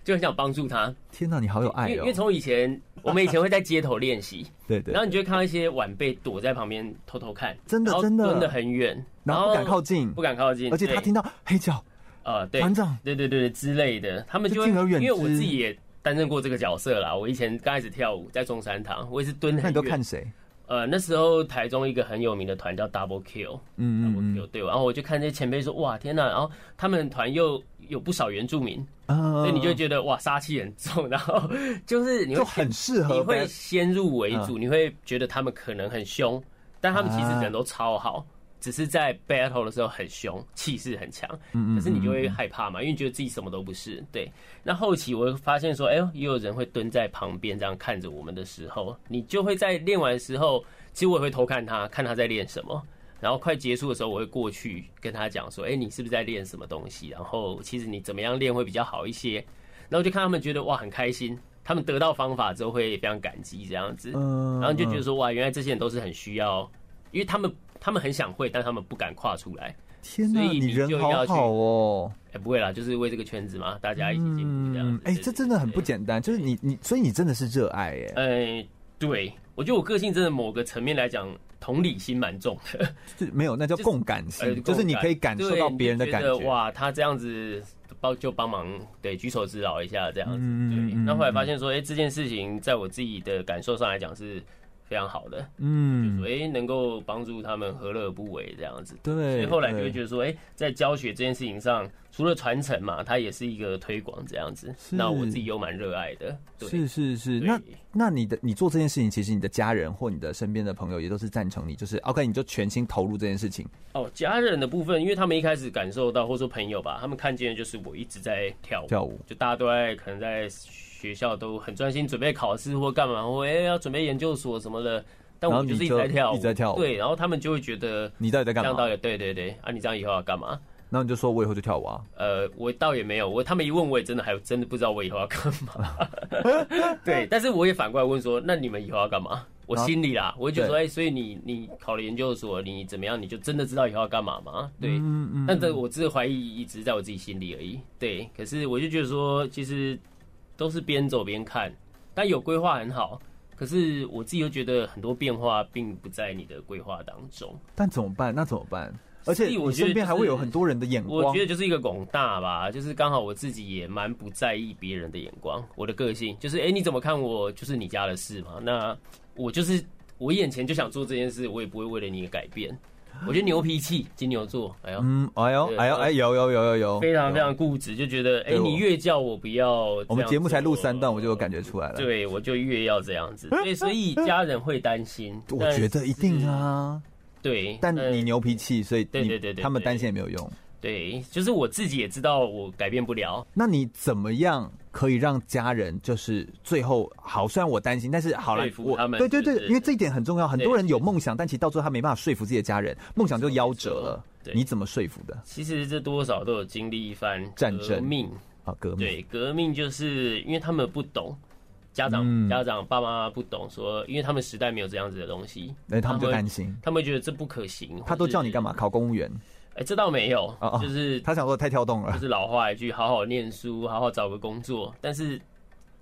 就很想帮助他。
天哪，你好有
因
爱
为因
哦
为！从以前，我们以前会在街头练习，
对 对
然，后你就会看到一些晚辈躲在旁边偷偷看，
真的
然后
真的
蹲得很远，
然后不敢靠近，
不敢靠近，
而且他
对
听到黑脚
呃，对，
团长
对对对对之类的，他们
就
就会
敬而远之
因为我自己也担任过这个角色啦。我以前刚开始跳舞在中山堂，我也是蹲
那
很
你都
远
看。谁？
呃，那时候台中一个很有名的团叫 Double Kill，
嗯
Double Kill 对，然后我就看这些前辈说，哇，天呐！然后他们团又有不少原住民，
啊
所以你就觉得哇，杀气很重，然后就是你会
就很适合嗯
你会
battle
先入为主，你会觉得他们可能很凶，但他们其实人都超
啊
好，只是在 battle 的时候很凶，气势很强。
嗯
可是你就会害怕嘛，因为你觉得自己什么都不是。对，那后期我会发现说，哎呦，也有人会蹲在旁边这样看着我们的时候，你就会在练完的时候，其实我也会偷看他，看他在练什么。然后快结束的时候，我会过去跟他讲说：“哎，你是不是在练什么东西？然后其实你怎么样练会比较好一些？”然后就看他们觉得哇很开心，他们得到方法之后会非常感激这样子，
嗯
然后就觉得说哇，原来这些人都是很需要，因为他们他们很想会，但他们不敢跨出来。
天哪，
所以
你
你
人
就
好
要去
好哦。
哎，不会啦，就是为这个圈子嘛，大家一起进步这样
嗯
子。，
哎，这真的很不
对。
简单，就是你你，所以你真的是热爱耶，
呃，对，我觉得我个性真的某个层面来讲，同理心蛮重的。
就是没有那叫
就是
共感
呃
性，就是你可以感受
对
到
你
别
就
人的
觉
感
得
觉。
哇，他这样子帮就帮忙，对，举手之劳一下这样子。
嗯
对，
嗯
那后来
嗯
发现说，哎、这件事情在我自己的感受上来讲是非常好的。就
嗯
说，哎、能够帮助他们何乐而不为这样子。
对
所以后来就会
对
觉得说，哎、在教学这件事情上，除了传承嘛，它也是一个推广这样子。
是
那我自己又蛮热爱的，对，
是是是，那
对
那你的你做这件事情，其实你的家人或你的身边的朋友也都是赞成你，就是 OK，你就全心投入这件事情。
哦，家人的部分，因为他们一开始感受到，或者说朋友吧，他们看见的就是我一直在跳舞，
跳舞
就大家都在可能在学校都很专心准备考试或干嘛，或哎、要准备研究所什么的，但
然
我
后
就是
你
一直在
就
跳舞，
一直在跳舞
对，然后他们就会觉得
你到底在
这
干
样
嘛
到？底对对对，啊，你这样以后要干嘛？
然后你就说，我以后就跳舞啊。
呃，我倒也没有，我他们一问我也真的还真的不知道我以后要干嘛。 对，但是我也反过来问说，那你们以后要干嘛？我心里啦，我就觉得说，哎、所以你你考了研究所，你怎么样，你就真的知道以后要干嘛吗？对，
嗯嗯
但这我只是怀疑，一直在我自己心里而已。对，可是我就觉得说，其实都是边走边看，但有规划很好。可是我自己又觉得很多变化并不在你的规划当中，
但怎么办？那怎么办？而且
所
你
以我觉得
身边还
就是
会有很多人的眼
我
光
觉，得就是一个拱大吧，就是刚好我自己也蛮不在意别人的眼光，我的个性就是，哎、你怎么看我就是你家的事嘛，那我就是我眼前就想做这件事，我也不会为了你改变。我觉得牛脾气，金牛座，哎呀，
嗯，哎呦
对
哎呦
我
哎有有有有有，
非常
有
非常固执，就觉得
哦
哎、
对我
你越叫我不要，
我们节目才录三段，我就有感觉。出来了。，。
对，我就越要这样子，对，所以家人会担心
我觉得一定啊。
但是，对，
但
呃
你牛脾气，所以你
对对对对
他们
对
担心也没有用。
对，就是我自己也知道我改变不了，
那你怎么样可以让家人就是最后好？虽然我担心，但是好了
说，服
我
他们
对对
就
对，
是
因为这一点很重要。很多
对
人有梦想，但其实到最后他没办法说服自己的家人，梦想就夭折了。
没错对
你怎么说服的？
其实这多少都有经历一番
战争
革命。
啊，革命
对，革命就是因为他们不懂，家长、
嗯
家长爸妈不懂说，因为他们时代没有这样子的东西，
那哎他们就
他们
担心。
他们会觉得这不可行。
他都叫你干
嘛？
嘛？考公务员？
哎、这倒没有，
哦哦
就是
他想说太跳动了
就。是老话一句，好好念书，好好找个工作，但是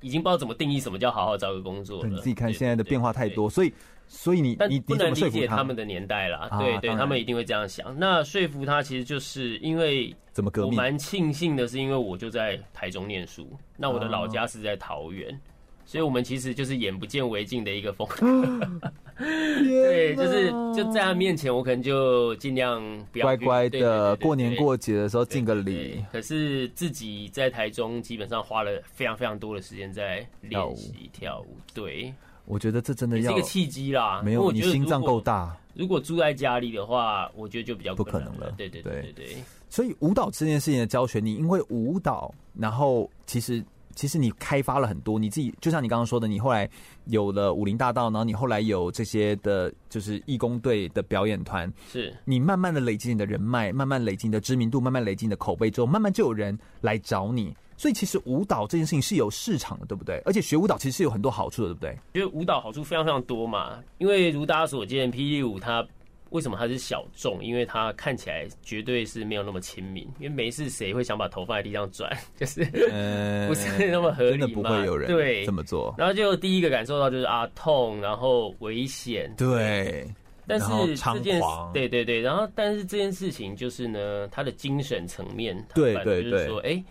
已经不知道怎么定义什么叫好好找个工作
对
了。
你自己看
对
现在的
对
变化太多，所以所以你
但
你
不
你怎
能
么说
理
服
解
他
他们？的年代啦，
啊
对对，
当
他们
然
一定会这样想。那说服他，其实就是因为
怎么革
我
命？
蛮庆幸的是，因为我就在台中念书，那我的
哦
老家是在桃园，所以我们其实就是眼不见为净的一个 风格。对，就是就在他面前，我可能就尽量不要
乖
去
乖
对对
的，
对对
过年
对
过节的时候敬个
对
礼。
可是自己在台中基本上花了非常非常多的时间在练习跳舞，对，
我觉得这真的
也是
要
一个契机啦。
没
因为
有
我
你
觉得
心脏
如果
够。大。
如果住在家里的话，我觉得就比较
不
困
可
难
能了
对对
对
对对对，
所以舞蹈这件事情的教学，你因为舞蹈，然后其实其实你开发了很多，你自己就像你刚刚说的，你后来有了武林大道，然后你后来有这些的，就是义工队的表演团，
是
你慢慢的累积你的人脉，慢慢累积你的知名度，慢慢累积你的口碑之后，慢慢就有人来找你。所以其实舞蹈这件事情是有市场的，对不对？而且学舞蹈其实是有很多好处的，对不对？
因为舞蹈好处非常非常多嘛。因为如大家所见，霹雳舞它为什么它是小众？因为它看起来绝对是没有那么亲民。因为没事谁会想把头放在地上转，就是
呃
不是那么合
真
理嘛
的不会有人
对
这么做。
然后就第一个感受到就是啊痛，然后危险，
对，
但
然后
是这
猖
件事
狂，
对对对，然后但是这件事情就是呢，他的精神层面，
对
它反而
对
就是说，哎、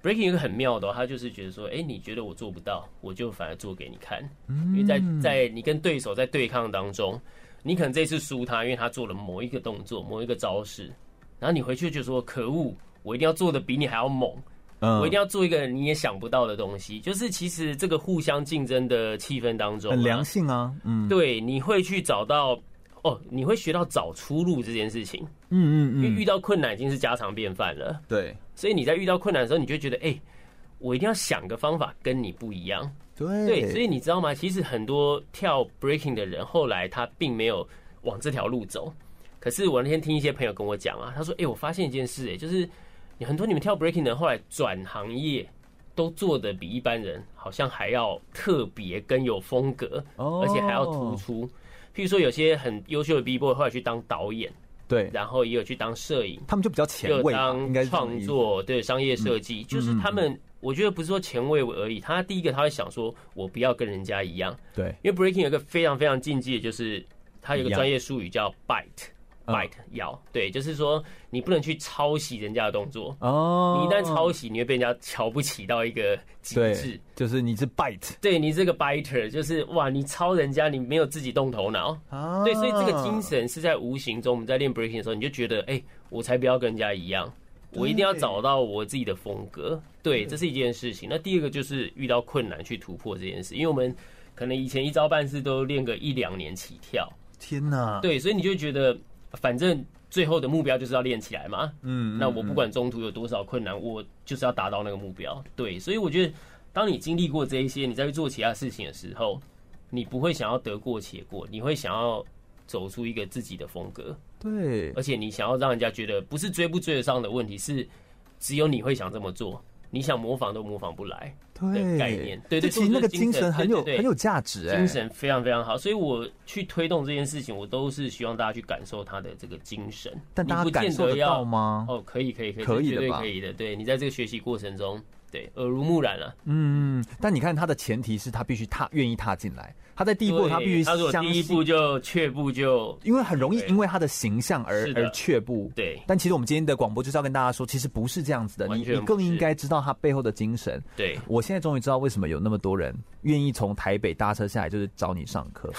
breaking 有一个很妙的、哦，他就是觉得说，哎、你觉得我做不到，我就反而做给你看，因为在
嗯
在你跟对手在对抗当中，你可能这次输他，因为他做了某一个动作、某一个招式，然后你回去就说，可恶，我一定要做的比你还要猛，
嗯
我一定要做一个你也想不到的东西。就是其实这个互相竞争的气氛当中、啊，
很良性啊，嗯，
对，你会去找到哦，你会学到找出路这件事情，
嗯
因为
嗯嗯，
遇到困难已经是家常便饭了。
对
所以你在遇到困难的时候，你就会觉得，哎、我一定要想个方法跟你不一样。
对
对，所以你知道吗？其实很多跳 breaking 的人，后来他并没有往这条路走。可是我那天听一些朋友跟我讲啊，他说：“哎、我发现一件事、哎，就是你很多你们跳 breaking 的人后来转行业，都做的比一般人好像还要特别跟有风格，
哦
而且还要突出。譬如说，有些很优秀的 B boy 后来去当导演，
对，
然后也有去当摄影，
他们就比较前
又
卫吧，应该是这
当
样的
创
意思，嗯
作对商业设计，就是他们，我觉得不是说前卫而已。他第一个他会想说，我不要跟人家一样，
对，
因为 breaking 有一个非常非常禁忌的，就是它有一
一
个
样
专业术语叫 bite。
嗯
bite 咬，对，就是说你不能去抄袭人家的动作，
哦，
你一旦抄袭，你会被人家瞧不起到一个极致
对。，就是你是 bite
对你这个 biter 就是哇，你抄人家，你没有自己动头脑，
啊
对，所以这个精神是在无形中，我们在练 breaking 的时候，你就觉得，哎、我才不要跟人家一样，我一定要找到我自己的风格。对，这是一件事情。那第二个就是遇到困难去突破这件事，因为我们可能以前一招半式都练个一两年起跳，
天哪，
对，所以你就觉得，反正最后的目标就是要练起来嘛。
嗯，嗯
那我不管中途有多少困难，我就是要达到那个目标。对，所以我觉得，当你经历过这一些，你再去做其他事情的时候，你不会想要得过且过，你会想要走出一个自己的风格，
对
而且你想要让人家觉得不是追不追得上的问题，是只有你会想这么做，你想模仿都模仿不来的
对
概念。对
这
对，
其实那个精神很有
对对对
很有价值哎，
精神非常非常好，所以我去推动这件事情，我都是希望大家去感受他的这个精神。
但大家
你不见
感受得
要
到吗
哦，可以，可以，可以，
可以
这绝
的
对
吧
可以的。对，你在这个学习过程中，对耳濡目染了、
嗯，但你看他的前提是他必须踏愿意踏进来，他在第一步
对
他必须
他如果
相
第一
信
步，就却步就
因为很容易
对
因为他的形象而
是的
而却步。
对
但其实我们今天的广播就是要跟大家说，其实不是这样子的，
完
你
全
你
不
更应
是
该知道他背后的精神。
对，
我现在终于知道为什么有那么多人愿意从台北搭车下来，就是找你上 课，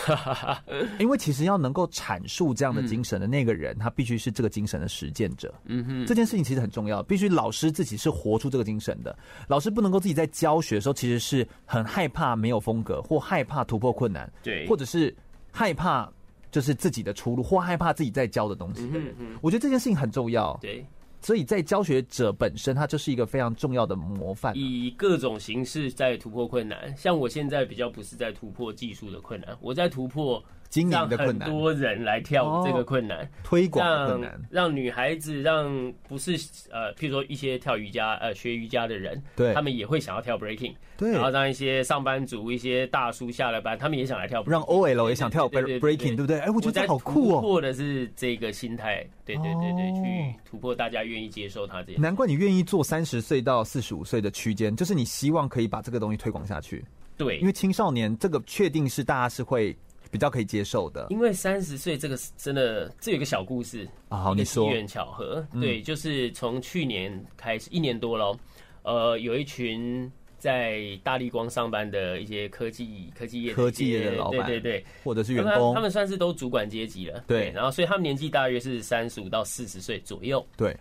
因为其实要能够阐述这样的精神的那个人，他必须是这个精神的实践者。
嗯哼，
这件事情其实很重要，必须老师自己是活出这个精神的。老师不能够自己在教学的时候，其实是很害怕没有风格，或害怕突破困难，
对
或者是害怕就是自己的出路，或害怕自己在教的东西的
嗯
人。我觉得这件事情很重要，
对，
所以在教学者本身，他就是一个非常重要的模范。啊
以各种形式在突破困难。像我现在比较不是在突破技术的困难，我在突破
经营
让
的
很
困难，
多人来跳舞这个困难。
推广的
让
困难，
让女孩子，让不是呃，譬如说一些跳瑜伽呃学瑜伽的人，
对
他们也会想要跳 breaking，
对
然后让一些上班族、一些大叔下了班，他们也想来跳 breaking。
让 OL 也想跳
对
break-
对
breaking，对不对？哎，我觉得
在
这好酷
突
哦。
破的是这个心态，对对对对，
哦
去突破大家愿意接受他这样。
难怪你愿意做三十岁到四十五岁的区间，就是你希望可以把这个东西推广下去，
对，
因为青少年这个确定是大家是会比较可以接受的
因为三十岁这个是真的，这有一个小故事
啊好
一个
你说嗯
机缘巧合，对，就是从去年开始一年多喽，呃，有一群在大力光上班的一些科技科技业
科技业的
一些
老板
对对
或者是
对，
员
他们
工
他，们算是都主管阶级了，
对
然后所以他们年纪大约是三十五到四十岁左右，
对，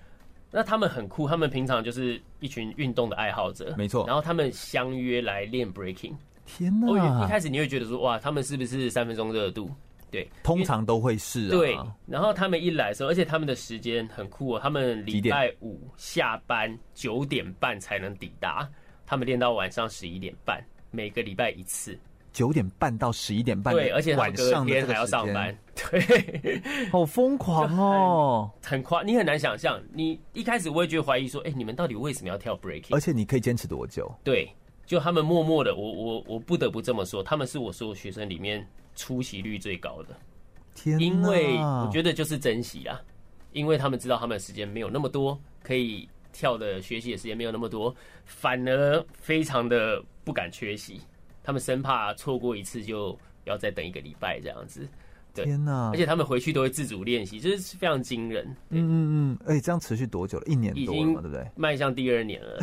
那他们很酷，他们平常就是一群运动的爱好者，
没错
然后他们相约来练 breaking，
天
哦，一
哪
开，始你会觉得说哇，他们是不是三分钟热度？对，
通常都会是啊，
对，然后他们一来的时候，而且他们的时间很酷哦，他们礼
几点
拜五下班九点半才能抵达，他们练到晚上十一点半，每个礼拜一次。
九点半到十一点半的
对，而且他
晚
们隔
上的
天
这
还要
个时
上
间
班，，对，
好疯狂哦！
很夸，你很难想象。你一开始我也觉得怀疑说，哎、你们到底为什么要跳 breaking？
而且你可以坚持多久？
对，就他们默默的，我我我不得不这么说，他们是我所有学生里面出席率最高的。
天哪，
因为
啊
我觉得就是珍惜啦，因为他们知道他们的时间没有那么多，可以跳的学习的时间没有那么多，反而非常的不敢缺席，他们生怕错过一次就要再等一个礼拜这样子，对
天哪，
而且他们回去都会自主练习，这是非常惊人，
嗯嗯嗯嗯，哎，这样持续多久了？一年
已
多了
经
嘛，对不对？
迈向第二年了，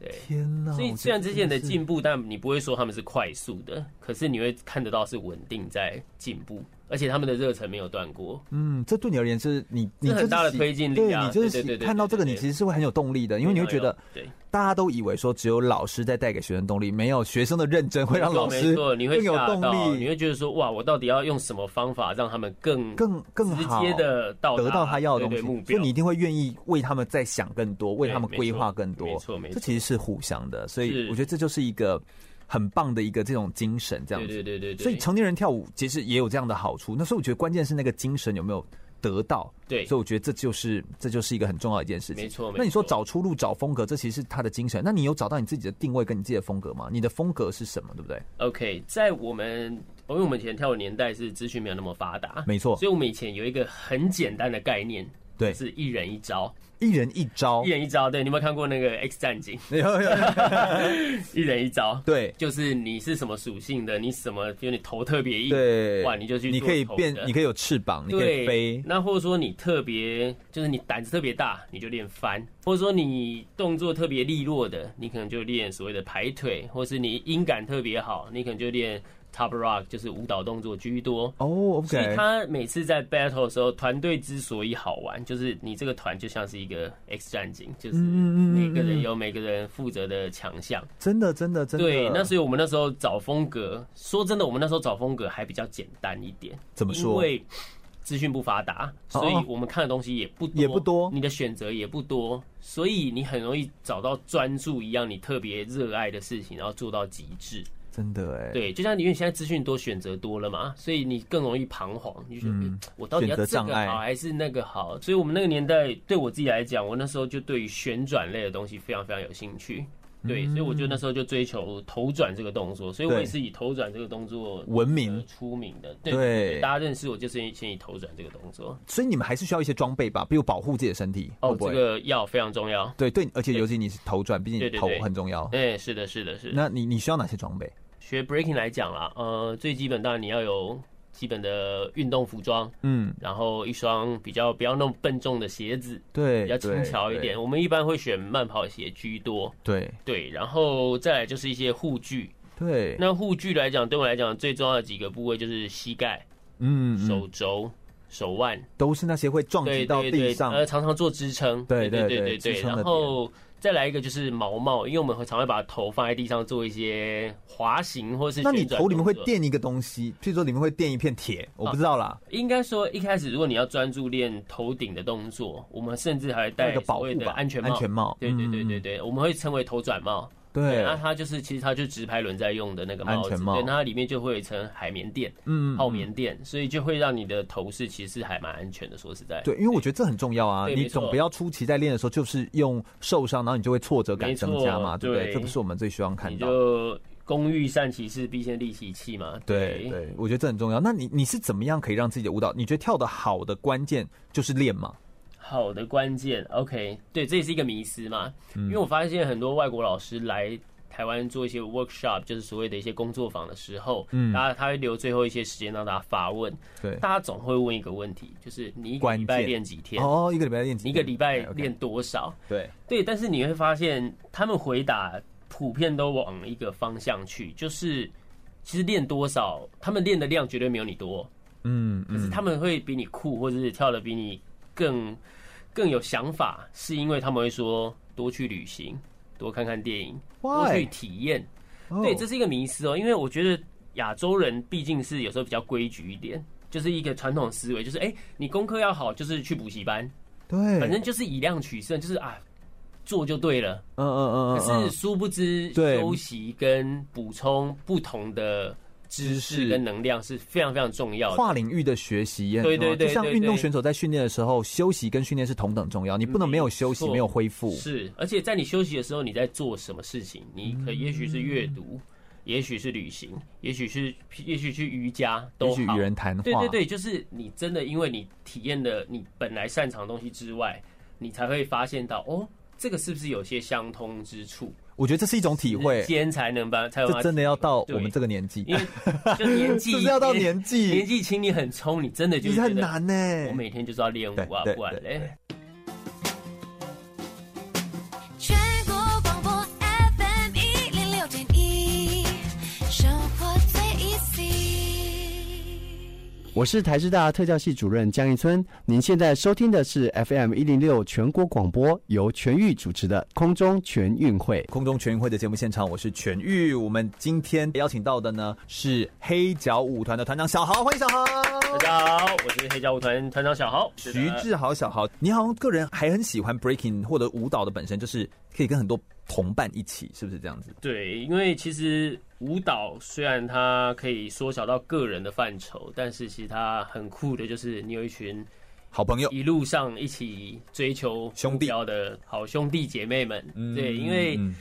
对，
天哪！
所以
哦我
虽然
觉
之
得
前的
真是
进步，但你不会说他们是快速的，可是你会看得到是稳定在进步，而且他们的热忱没有断过。
嗯，这对你而言是你你
这很
就是
大的
喜
推进力
对
啊
你就是
对对
喜
对对
看到这个，
对
你
对
其实是会很有动力的，因为你会觉得
对，
大家都以为说只有老师在带给学生动力，没有学生的认真 会让老
没
师
错，你会
更有
吓到，
动
你
力，
会觉得说哇，我到底要用什么方法让他们更
更更
直
好
接的到
得到他要的东
对
西，
对目
所以
标
你一。定会愿意为他们再想更多，为
对
他们
没
规
错
划更多。
没错没
这
错
其实是互相的，所以
是
我觉得这就是一个很棒的一个这种精神，这样
对
子。
对对对对，
所以成年人跳舞其实也有这样的好处，那所以我觉得关键是那个精神有没有得到。
对
所以我觉得这就是这就是一个很重要的一件事情。
没错没错
那你说找出路、找风格，这其实是他的精神。那你有找到你自己的定位跟你自己的风格吗？你的风格是什么？对不对？
OK，在我们因为我们以前跳舞年代是资讯没有那么发达，
没错
所以我们以前有一个很简单的概念，
对哦
就是一人一招，
一人一招？
一，人一招。对，你有没有看过那个《X 战警》
有有
一人一招，
对
就是你是什么属性的，你什么，比如你头特别硬，
对，
哇，你就去
你
做
可以
头
变，
的
你可以有翅膀，你可以
对，
飞。
那或者说你特别，就是你胆子特别大，你就练翻；或者说你动作特别利落的，你可能就练所谓的排腿；或是你音感特别好，你可能就练 top rock，就是舞蹈动作居多。
哦
所以
，OK，
他每次在 battle 的时候，团队之所以好玩，就是你这个团就像是一个 X 战警，就是
嗯嗯嗯
每个
嗯
人有每个人负责的强项。
真的真的真的。
对，那所以我们那时候找风格，说真的，我们那时候找风格还比较简单一点。
怎么说
因为资讯不发达，
哦
所以我们看的东西也不多
也不多
你的选择也不多，所以你很容易找到专注一样你特别热爱的事情，然后做到极致。
真的哎，
对，就像你因为现在资讯多，选择多了嘛，啊所以你更容易彷徨。你就觉得、
嗯
诶我到底要
选择
这
障
个
碍
好还是那个好？所以我们那个年代，对我自己来讲，我那时候就对于旋转类的东西非常非常有兴趣。对，所以我就那时候就追求头转这个动作，所以我也
嗯对
是以头转这个动作
闻名
呃出名的。
对
对，大家认识我就是先以头转这个动作。
所以你们还是需要一些装备吧，比如保护自己的身体。
哦
会，不会
这个要非常重要。
对对，而且尤其你是头转，毕竟
对
你
对
头
对
很重要。
哎，是的，是的，是的。
那你你需要哪些装备？
学 breaking 来讲啦，呃，最基本当然你要有基本的运动服装，
嗯，
然后一双比较不要那么笨重的鞋子，
对，
比较轻
对
巧一点。。我们一般会选慢跑鞋居多，
对
对，然后再来就是一些护具。
对，
那护具来讲，对我来讲最重要的几个部位就是膝盖、
嗯，嗯
手肘、手腕，
都是那些会撞击
对
到
对
地
对，
上，
呃，常常做支撑，
对
对
对对
对
支
对，
撑的
然后。再来一个就是毛毛，因为我们会常会把头放在地上做一些滑行或是
那你
旋转
头里面会
动作啊
垫一个东西，譬如说里面会垫一片铁，我不知道啦。
应该说，一开始如果你要专注练头顶的动作，我们甚至还
那
戴
个保
所谓
护
的
吧
安全帽。
安全帽
对对对
嗯
对对，我们会称为头转帽。
对，
那它就是其实它就直排轮在用的那个
安
帽子，
全帽
对，那它里面就会有一层海绵垫、
嗯
泡棉垫，所以就会让你的头饰其实还蛮安全的。说实在，
对，因为我觉得这很重要啊，
对
你
没错
总不要初期在练的时候就是用受伤，然后你就会挫折感
没错
增加嘛，对不对？
对
这不是我们最希望看
你
到。
就工欲善其事，必先利其器嘛。
对对，我觉得这很重要。那你你是怎么样可以让自己的舞蹈？你觉得跳的好的关键就是练嘛？
好的关键，OK，对，这也是一个迷思嘛，
嗯
因为我发现很多外国老师来台湾做一些 workshop，就是所谓的一些工作坊的时候，
嗯
嗯，大家他会留最后一些时间让大家发问，
对，
大家总会问一个问题，就是你一个
关
礼拜
键
练几天，
哦，一个礼拜练几
你一
天？
个礼拜
OK，
练多少？
对，
对，但是你会发现他们回答普遍都往一个方向去，就是其实练多少，他们练的量绝对没有你多，
嗯
可是
嗯，
他们会比你酷，或者是跳的比你更更有想法，是因为他们会说多去旅行，多看看电影，多
Why？
去体验。
哦
对，这是一个迷思哦，因为我觉得亚洲人毕竟是有时候比较规矩一点。就是一个传统思维，就是哎、你功课要好，就是去补习班，
对，
反正就是以量取胜，就是啊，做就对了。
嗯嗯嗯
可
嗯嗯
是殊不知，
对
休息跟补充不同的知
知识
识跟能量是非常非常重要的。
跨领域的学习也很
对
重要，
对对
就像
对
运动
对
选手在训练的时候，休息跟训练是同等重要，你不能没有休息，
嗯没错
没有恢复。
是，而且在你休息的时候，你在做什么事情？你
嗯
可也许是阅读，也许是旅行，也许是也许去瑜伽，
也
都
许
好
与人谈话，
对对对，就是你真的因为你体验了你本来擅长的东西之外，你才会发现到哦，这个是不是有些相通之处？
我觉得这是一种体会，
间才能把才有办
这
法
真的要到
啊对
我们这个年纪，
因为就年 纪
是不是要到年纪
年纪轻，你很冲，你真的就
其
是
实很
觉得
难呢。
我每天就是要练舞啊，
对对
不然
对
嘞。
全国广播 F
我是台师大特教系主任江一村。您现在收听的是 FM 一零六全国广播，由全域主持的空中全运会。
空中全运会的节目现场，我是全玉。我们今天邀请到的呢是黑脚舞团的团长小豪，欢迎小豪。
大家好，我是黑教舞团团长小豪。
徐志豪，小豪，你好像个人还很喜欢 breaking 或者舞蹈的本身，就是可以跟很多同伴一起，是不是这样子？
对，因为其实舞蹈虽然它可以缩小到个人的范畴，但是其实它很酷的，就是你有一群
好朋友，
一路上一起追求
兄
目
弟
标的好兄弟姐妹们。对，因为
嗯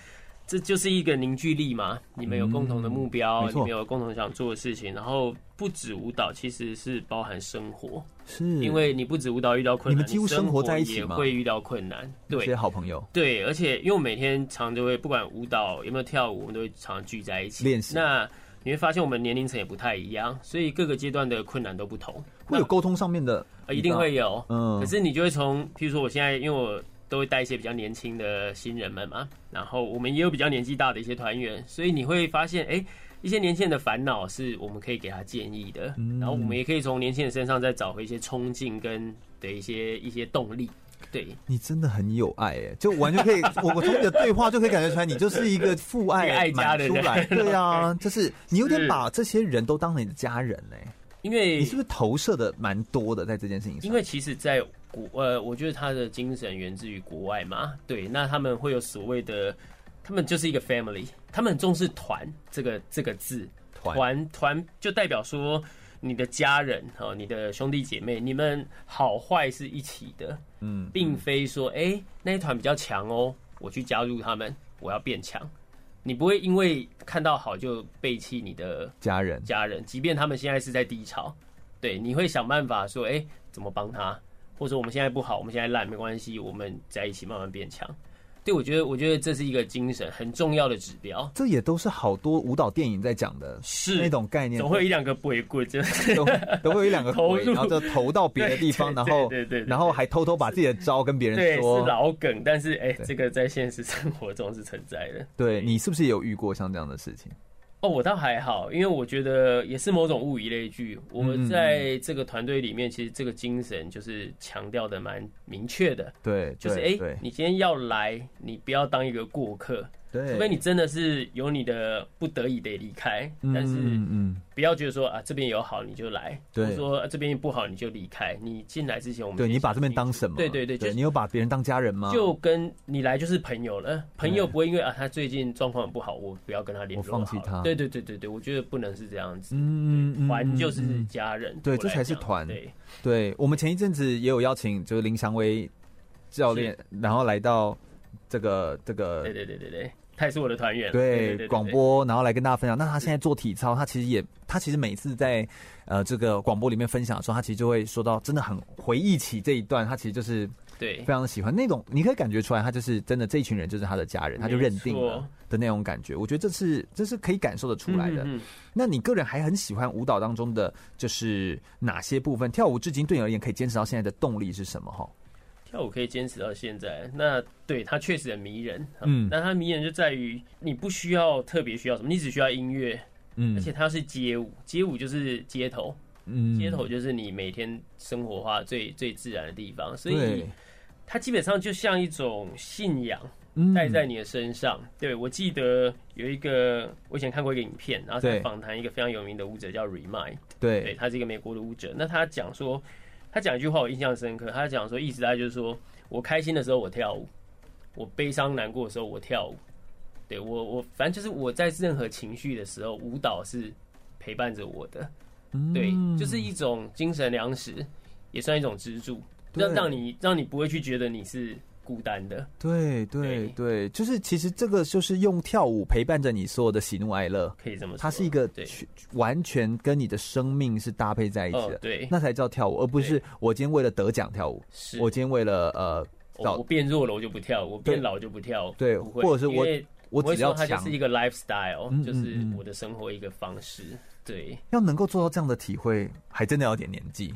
这就是一个凝聚力嘛，你们有共同的目标，
嗯没错
你们有共同想做的事情，然后不止舞蹈，其实是包含生活，
是
因为你不止舞蹈遇到困难，
你们几乎生
生
活在一起
也
嘛啊
会遇到困难。
这
对
些，好朋友
对，而且因为我每天常就会不管舞蹈有没有跳舞，我们都会常聚在一起
练习
那你会发现我们年龄层也不太一样，所以各个阶段的困难都不同，
会有沟通上面的，
呃一定会有。
嗯
可是你就会从，譬如说我现在因为我都会带一些比较年轻的新人们嘛，然后我们也有比较年纪大的一些团员，所以你会发现，哎、一些年轻人的烦恼是我们可以给他建议的，
嗯
然后我们也可以从年轻人身上再找回一些冲劲跟的一些一些动力。对，
你真的很有爱哎，就完 全可以，我我从你的对话就可以感觉出来，你就是一个父爱
一个爱家
满
的
出
人
来， 对啊，就是你有点
是
把这些人都当成你的家人哎，
因为
你是不是投射的蛮多的在这件事情上？
因为其实，在国呃，我觉得他的精神源自于国外嘛，对，那他们会有所谓的，他们就是一个 family，他们很重视“团”这个这个字，
团
团团就代表说你的家人哦，你的兄弟姐妹，你们好坏是一起的，
嗯，
并非说哎、诶那一团比较强哦，我去加入他们，我要变强。你不会因为看到好就背弃你的
家人
家人，即便他们现在是在低潮，对，你会想办法说，哎、怎么帮他？或者我们现在不好，我们现在烂，没关系，我们在一起慢慢变强。对，我觉得，我觉得这是一个精神很重要的指标，
这也都是好多舞蹈电影在讲的
是
那种概念，
总会有一两个不为过，真的。
都都会有一两个
投
鬼，
入
然后就投到别的地方，然
对对
后
对对对对
然后还偷偷把自己的招跟别
对，
人
是
说。
老梗，但是哎、
对
这个在现实生活中是存在的。
对你是不是也有遇过像这样的事情？
哦，我倒还好，因为我觉得也是某种物以类聚。我
嗯嗯嗯
在这个团队里面，其实这个精神就是强调的蛮明确的，
对，
就是哎、
对
诶
对
你今天要来，你不要当一个过客，
对，
除非你真的是有你的不得已得离开，
嗯，
但是
嗯嗯，
不要觉得说啊这边有好你就来，
对
或者说、啊、这边不好你就离开。你进来之前，我们
对
先
你把
想
这边
清楚
当什么？
对对对，就
你有啊把别人当家人吗？
就跟你来就是朋友了，朋友
对
不会因为啊他最近状况很不好，我不要跟他联络，
我放弃他
好了对对对对对，我觉得不能是这样子。
嗯嗯嗯
团就
嗯
是
嗯
家人，
对
我来
这才是
讲
团
对，
对我们前一阵子也有邀请，就是林祥威教练，然后来到这个这个
对对对对对，他也是我的团员。
对广。播，然后来跟大家分享。那他现在做体操，他其实也，他其实每次在呃这个广播里面分享的时候，他其实就会说到，真的很回忆起这一段，他其实就是
对
非，常的喜欢那种，你可以感觉出来，他就是真的这一群人就是他的家人，他就认定
没
了
错
的那种感觉。我觉得这是这是可以感受得出来的。
嗯嗯嗯
那你个人还很喜欢舞蹈当中的就是哪些部分？跳舞至今对你而言可以坚持到现在的动力是什么？哈，
跳舞可以坚持到现在，那对它确实很迷人。
嗯
嗯，那它迷人就在于你不需要特别需要什么，你只需要音乐，
嗯
而且它是街舞，街舞就是街头，
嗯
街头就是你每天生活化最最自然的地方，所以
对，
它基本上就像一种信仰
嗯
带在你的身上。对我记得有一个我以前看过一个影片，然后在
对
访谈一个非常有名的舞者叫 Remind。对
嗯对
他是一个美国的舞者。那他讲说，他讲一句话我印象深刻，他讲说意思大概就是说我开心的时候我跳舞，我悲伤难过的时候我跳舞，对我我反正就是我在任何情绪的时候，舞蹈是陪伴着我的，对，
嗯
就是一种精神粮食，也算一种支柱，
对
让让你让你不会去觉得你是孤单的，
对对
对
对，就是其实这个就是用跳舞陪伴着你所有的喜怒哀乐，
可以这么说，
它是一个
对
去完全跟你的生命是搭配在一起
哦
的，
对，
那才叫跳舞，而不是我今天为了得奖跳舞，
是
我今天为了呃
我
找
我变弱了我就不跳，我
对
变老就不跳，
对
不会
或者是我
因为
我
会
只要
说它就
强，
是一个 lifestyle，、
嗯嗯
就是
嗯
我的生活一个方式。对，
要能够做到这样的体会，还真的有点年 纪。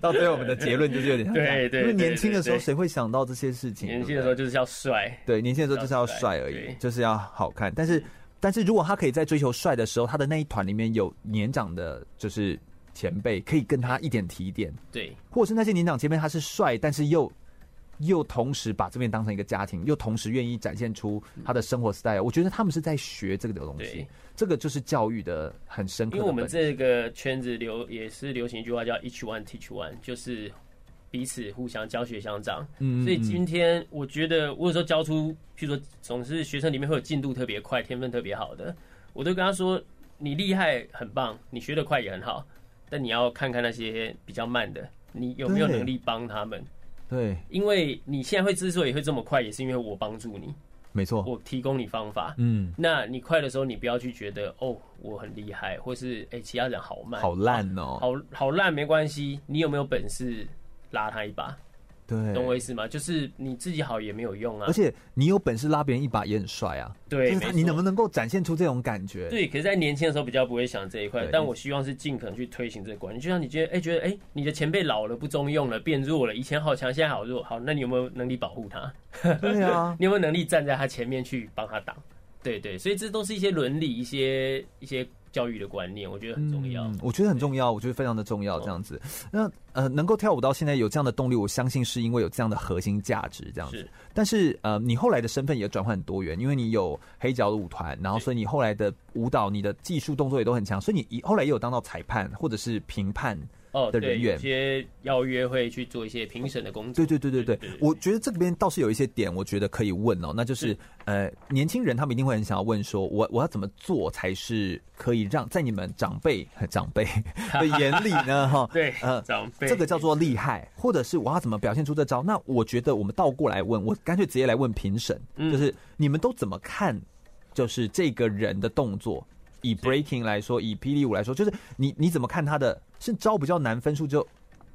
到最后我们的结论就是有点像这样
对对
因为
对
年轻的时候
对对
谁会想到这些事情？
年轻
对不对
的时候就是要帅，
对，年轻的时候就是要帅而已
对，
就是要好看。但是，但是如果他可以在追求帅的时候，他的那一团里面有年长的，就是前辈，可以跟他一点提一点，
对，
或者是那些年长前辈，他是帅，但是又又同时把这边当成一个家庭，又同时愿意展现出他的生活 style。我觉得他们是在学这个的东西
对，
这个就是教育的很深刻
因
的
为
本质。
我们这个圈子流也是流行一句话叫 “each one teach one”，就是彼此互相教学相长。
嗯，嗯
所以
嗯
今天我觉得，我有时候教出，譬如说，总是学生里面会有进度特别快、天分特别好的，我都跟他说：“你厉害很棒，你学得快也很好，但你要看看那些比较慢的，你有没有
对
能力帮他们？
对，
因为你现在会之所以会这么快，也是因为我帮助你，
没错，
我提供你方法。
嗯，
那你快的时候，你不要去觉得哦，我很厉害，或是哎、其他人好慢，
好烂哦，
好好烂没关系，你有没有本事拉他一把？
对，
懂我意思吗？就是你自己好也没有用啊。
而且你有本事拉别人一把也很帅啊，
对，
就是他
没
你能不
错
能够展现出这种感觉？
对？可是，在年轻的时候比较不会想这一块
对，
但我希望是尽可能去推行这个观念。就像你觉得，哎、觉得哎、你的前辈老了不中用了，变弱了，以前好强，现在好弱，好，那你有没有能力保护他？
对啊，
你有没有能力站在他前面去帮他挡？对对，所以这都是一些伦理、一些一些教育的观念，我觉得很重要。
嗯，我觉得很重要，我觉得非常的重要。这样子，那呃，能够跳舞到现在有这样的动力，我相信是因为有这样的核心价值这样子
是。
但是呃，你后来的身份也转换很多元，因为你有黑脚的舞团，然后
对
所以你后来的舞蹈、你的技术动作也都很强，所以你以后来也有当到裁判或者是评判。
哦，
的人
对，
员
有些邀约会去做一些评审的工作
对。对对对对，我觉得这边倒是有一些点，我觉得可以问哦，那就是
是
呃，年轻人他们一定会很想要问说，我我要怎么做才是可以让在你们长辈长辈的眼里呢？ 哈，
对，
呃
长辈
这个叫做厉害，或者是我要怎么表现出这招？那我觉得我们倒过来问，我干脆直接来问评审，
嗯
就是你们都怎么看？就是这个人的动作，以 breaking 来说，以霹雳舞来说，就是你你怎么看他的？是招比较难，分数就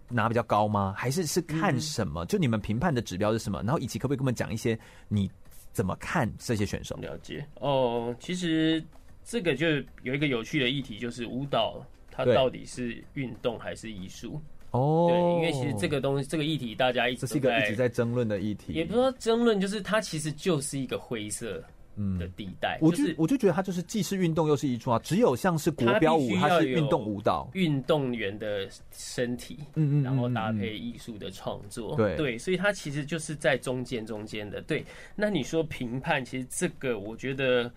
拿比较高吗？还是是
嗯
看什么？就你们评判的指标是什么？然后以及可不可以跟我们讲一些你怎么看这些选手？
了解哦。其实这个就有一个有趣的议题，就是舞蹈它
对
到底是运动还是艺术？
哦
对，因为其实这个东西这个议题大家一
这
直
是一
都
个一直在争论的议题，
也不是说争论，就是它其实就是一个灰色
嗯
的地带，
我
哎就
就是我就觉得它就是既是运动又是艺术啊，只有像是国标舞，它
它必须要
是
有
运动舞蹈，
运动员的身体，
嗯嗯嗯
然后搭
嗯嗯
配艺术的创作，
对
所以它其实就是在中间中间的。对，那你说评判，其实这个我觉得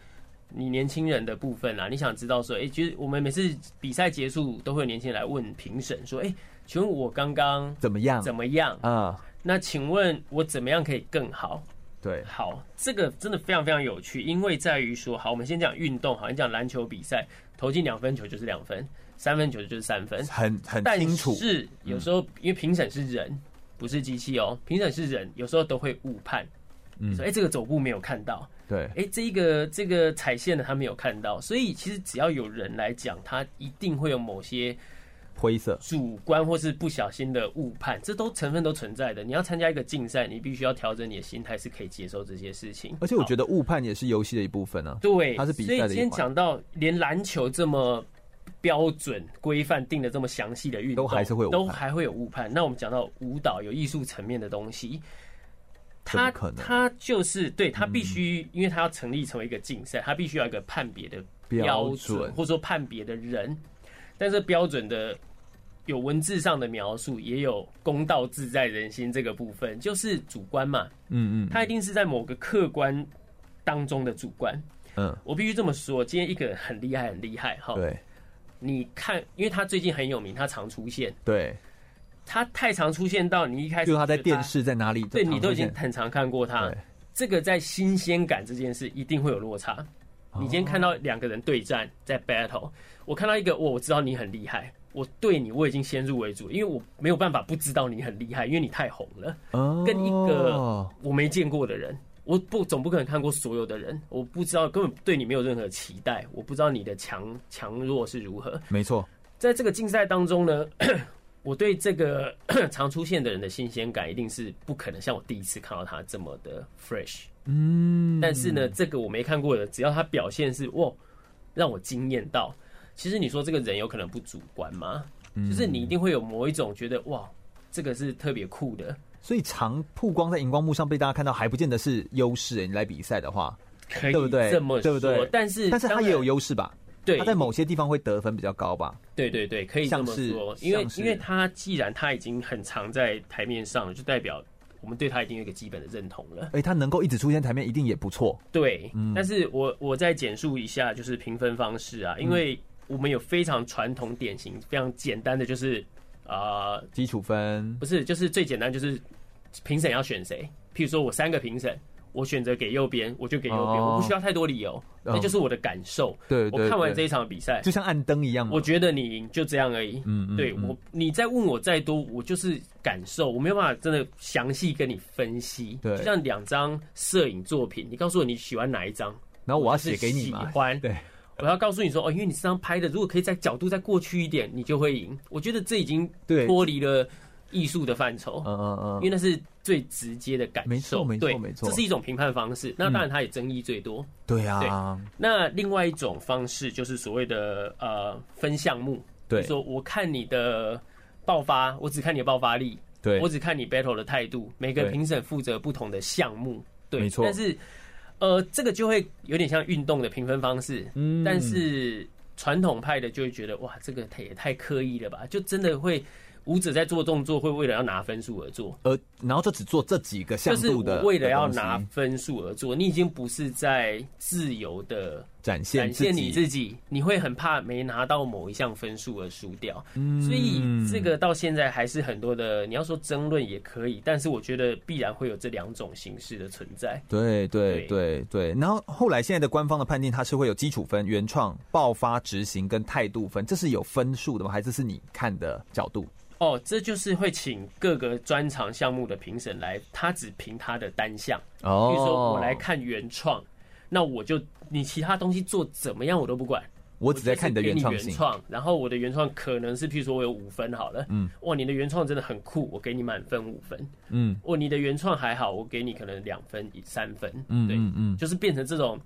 你年轻人的部分啊，你想知道说，哎、其实我们每次比赛结束都会有年轻人来问评审说，哎、请问我刚刚
怎么样？
怎么样？
啊？
那请问我怎么样可以更好？
对，
好，这个真的非常非常有趣，因为在于说，好，我们先讲运动，好，你讲篮球比赛，投进两分球就是两分，三分球就是三分，
很很
嗯但
清楚，
是有时候因为评审是人，不是机器哦，评审是人，有时候都会误判，
嗯
说哎、诶这个走步没有看到，
对，
哎、这一个这个踩线的他没有看到，所以其实只要有人来讲，他一定会有某些
灰色，
主观或是不小心的误判，这都成分都存在的。你要参加一个竞赛，你必须要调整你的心态，是可以接受这些事情。
而且我
好
觉得误判也是游戏的一部分啊。
对，
它是比
所以
赛的
今
一
天
环，
讲到连篮球这么标准规范定的这么详细的运动，
都还是会有误判
都还会有误判。那我们讲到舞蹈有艺术层面的东西，
怎么
它
可能嗯
它就是对它必须，因为它要成立成为一个竞赛，它必须要有一个判别的标
标准
准，或者说判别的人。但是标准的有文字上的描述，也有公道自在人心这个部分，就是主观嘛，
嗯嗯
它一定是在某个客观当中的主观。
嗯，
我必须这么说，今天一个人很厉害，很厉害哈。
对
你看，因为他最近很有名，他常出现，
对，
他太常出现到你一开始
就是他在
觉得
电，视在哪里，
对
常
你都已
出现
经很常看过他
对。
这个在新鲜感这件事一定会有落差。
哦
你今天看到两个人对战在 battle，我看到一个，哦我我知道你很厉害，我对你我已经先入为主，因为我没有办法不知道你很厉害，因为你太红了。
哦
跟一个我没见过的人，我不总不可能看过所有的人，我不知道根本对你没有任何期待，我不知道你的强强弱是如何。
没错，
在这个竞赛当中呢， 我对这个 常出现的人的新鲜感一定是不可能像我第一次看到他这么的 fresh。
嗯，
但是呢，这个我没看过的，只要他表现是哇，让我惊艳到。其实你说这个人有可能不主观吗？
嗯
就是你一定会有某一种觉得哇，这个是特别酷的，
所以常曝光在荧光幕上被大家看到，还不见得是优势。你来比赛的话，
可以
对不对
这么
对不
说，
对
但是
但是他
当然
也有优势吧？
对
他在某些地方会得分比较高吧？
对对对，可以这
像
么
是
说，因为
像是
因为他既然他已经很常在台面上了，就代表我们对他已经有一个基本的认同了。
哎，他能够一直出现台面，一定也不错。
对，
嗯
但是我我再简述一下，就是评分方式啊，
嗯
因为我们有非常传统、典型、非常简单的，就是呃，
基础分
不是，就是最简单，就是评审要选谁。譬如说我三个评审，我选择给右边，我就给右边，
哦
我不需要太多理由，
嗯
那就是我的感受。
对对
我看完
对
这一场比赛，
就像按灯一样嘛
我。觉得你赢就这样而已。
嗯嗯
对
嗯
我，你再问我再多，我就是感受，我没有办法真的详细跟你分析。
对
就像两张摄影作品，你告诉我你喜欢哪一张，
然后我要
就是
写给你嘛
喜。欢，
对，
我要告诉你说，哦，因为你这张拍的，如果可以在角度再过去一点，你就会赢。我觉得这已经
对
脱离了艺术的范畴。
嗯嗯
因为
嗯，
那是最直接的感受，
没错没错
对
没错嗯
这是一种评判方式。那当然，它也争议最多。
对啊，
那另外一种方式就是所谓的呃分项目，
对
就是说我看你的爆发，我只看你的爆发力，
对
我，只看你 battle 的态度，每个
对
评审负责不同的项目，对，
没错
但是呃，这个就会有点像运动的评分方式，
嗯
但是传统派的就会觉得哇，这个太也太刻意了吧，就真的会舞者在做动作会为了要拿分数而做，
呃，然后就只做这几个
就
向
是
度的，
我为了要
的东西
拿分数而做，你已经不是在自由的。
展
展
现
现你
己，
自己，你会很怕没拿到某一项分数而输掉。
嗯
所以这个到现在还是很多的，你要说争论也可以，但是我觉得必然会有这两种形式的存在。
对对
对
对对。然后后来现在的官方的判定，它是会有基础分、原创、爆发、执行跟态度分，这是有分数的吗？还是是你看的角度？
哦，这就是会请各个专长项目的评审来，他只评他的单项。
哦
比如说我来，看原创，那我就你其他东西做怎么样我都不管，
哦我只在看你的
我就是给
原
你
创
原
性。
创，然后我的原创可能是，譬如说我有五分好了，嗯，哇，你的原创真的很酷，我给你满分五分，
嗯
哦，你的原创还好，我给你可能两分、三分，
嗯
对，
嗯嗯，
就是变成这种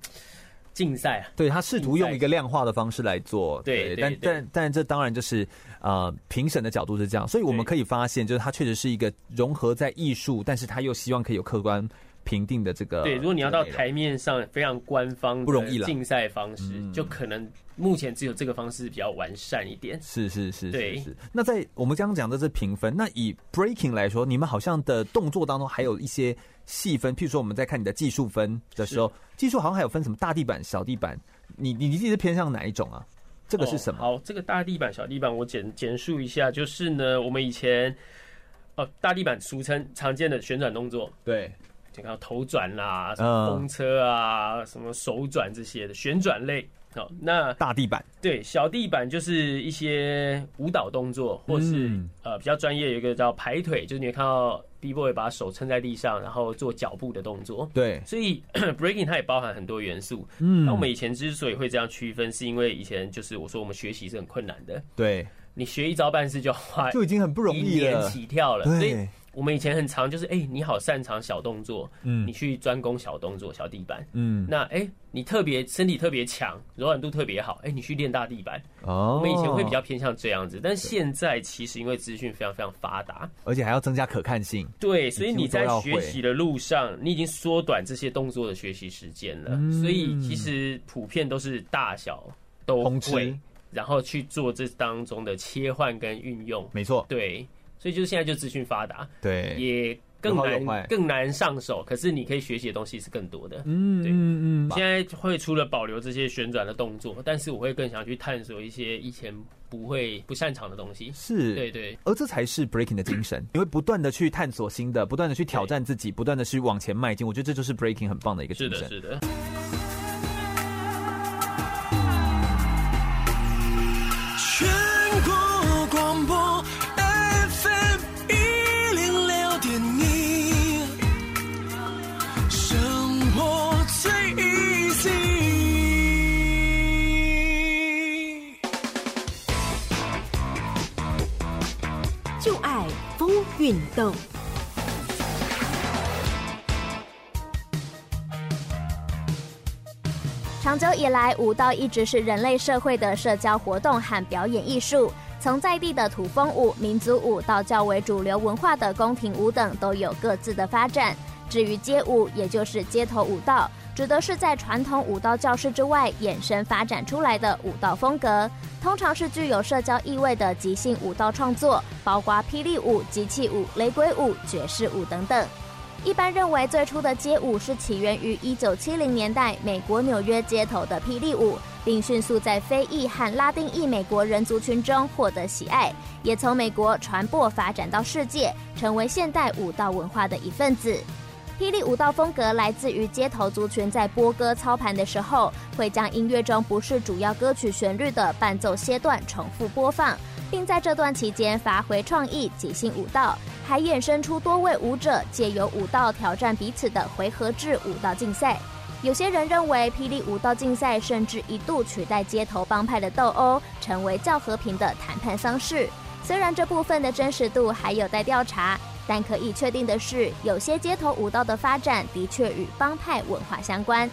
竞赛啊。
对他试图用一个量化的方式来做，
对对
但
对
但但这当然就是呃评审的角度是这样，所以我们
对
可以发现，就是它确实是一个融合在艺术，但是他又希望可以有客观评定呃的这个。
对，如果你要到
这个内容
台面上非常官方的
不容易啦嗯
竞赛方式，就可能目前只有这个方式比较完善一点。
是是是是
对
是。那在我们刚刚讲的是评分，那以 breaking 来说，你们好像的动作当中还有一些细分，譬如说我们在看你的技术分的时候，技术好像还有分什么大地板、小地板，你你你自己是偏向哪一种啊？这
这
个是什么？
哦好，这个大地板、小地板，我简简述一下，就是呢，我们以前哦，大地板俗称常见的旋转动作，
对，
就看到头转啦、什
嗯
么风车啊、什么手转这些的旋转类。好，那
大地板，
对，小地板就是一些舞蹈动作，或是、
嗯
呃比较专业有一个叫排腿，就是你会看到 B boy 把手撑在地上，然后做脚步的动作。
对，
所以 breaking 它也包含很多元素。
嗯
那我们以前之所以会这样区分，是因为以前就是我说我们学习是很困难的，
对，
你学一招半式就要花
就已经很不容
哎一
易
年
了。
起跳了。所以
对，
我们以前很常就是，哎、你好擅长小动作，
嗯
你去专攻小动作、小地板。
嗯，
那哎、你特别身体特别强，柔软度特别好，哎、你去练大地板。
哦，
我们以前会比较，偏向这样子，但现在其实因为资讯非常非常发达，
而且还要增加可看性。
对，所以
你
你
几乎都
在
要
学习的路上，你已经缩短这些动作的学习时间了。
嗯
所以其实普遍都是大小都
通吃
会，然后去做这当中的切换跟运用。
没错，
对，所以就是现在就资讯发达，
对，
也更
有好有坏
难更难上手，可是你可以学习的东西是更多的。
嗯
对
嗯嗯，
现在会除了保留这些旋转的动作，但是我会更想去探索一些以前不会不擅长的东西。
是，
对对
而这才是 breaking 的精神，你会不断的去探索新的，不断的去挑战自己，不断的去往前迈进。我觉得这就是 breaking 很棒的一个精
是
神。
的，是的。
全国广播 FM 一零六点一，生活最 easy。
就爱风运动。
长久以来，舞蹈一直是人类社会的社交活动和表演艺术。从在地的土风舞、民族舞到较为主流文化的宫廷舞等，都有各自的发展。至于街舞，也就是街头舞蹈，指的是在传统舞蹈教室之外衍生发展出来的舞蹈风格，通常是具有社交意味的即兴舞蹈创作，包括霹雳舞、即气舞、雷鬼舞、爵士舞等等。一般认为，最初的街舞是起源于1970年代美国纽约街头的霹雳舞，并迅速在非裔和拉丁裔美国人族群中获得喜爱，也从美国传播发展到世界，成为现代舞蹈文化的一份子。霹雳舞蹈风格来自于街头族群在播歌操盘的时候，会将音乐中不是主要歌曲旋律的伴奏歇段重复播放，并在这段期间发挥创意即兴舞蹈，还衍生出多位舞者借由舞蹈挑战彼此的回合制舞蹈竞赛。有些人认为霹雳舞蹈竞赛甚至一度取代街头帮派的斗殴，成为较和平的谈判方式。虽然这部分的真实度还有待调查，但可以确定的是，有些街头舞蹈的发展的确与帮派文化相关。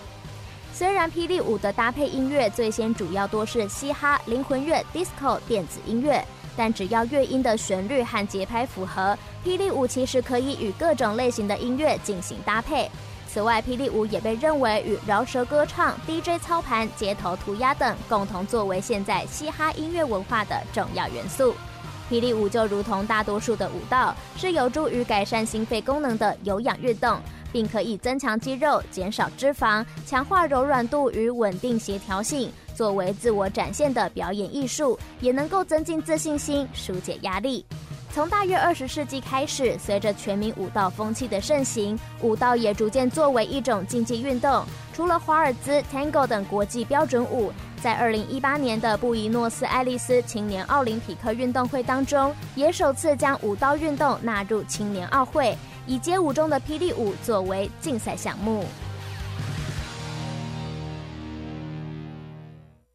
虽然霹雳舞的搭配音乐最先主要多是嘻哈、灵魂乐、disco、电子音乐，但只要乐音的旋律和节拍符合，霹雳舞其实可以与各种类型的音乐进行搭配。此外，霹雳舞也被认为与饶舌歌唱、DJ 操盘、街头涂鸦等共同作为现在嘻哈音乐文化的重要元素。霹雳舞就如同大多数的舞蹈，是有助于改善心肺功能的有氧运动，并可以增强肌肉、减少脂肪、强化柔软度与稳定协调性，作为自我展现的表演艺术，也能够增进自信心、疏解压力。从大约二十世纪开始，随着全民舞蹈风气的盛行，舞蹈也逐渐作为一种竞技运动。除了华尔兹、Tango 等国际标准舞，在二零一八年的布宜诺斯艾利斯青年奥林匹克运动会当中，也首次将舞蹈运动纳入青年奥会，以街舞中的霹雳舞作为竞赛项目。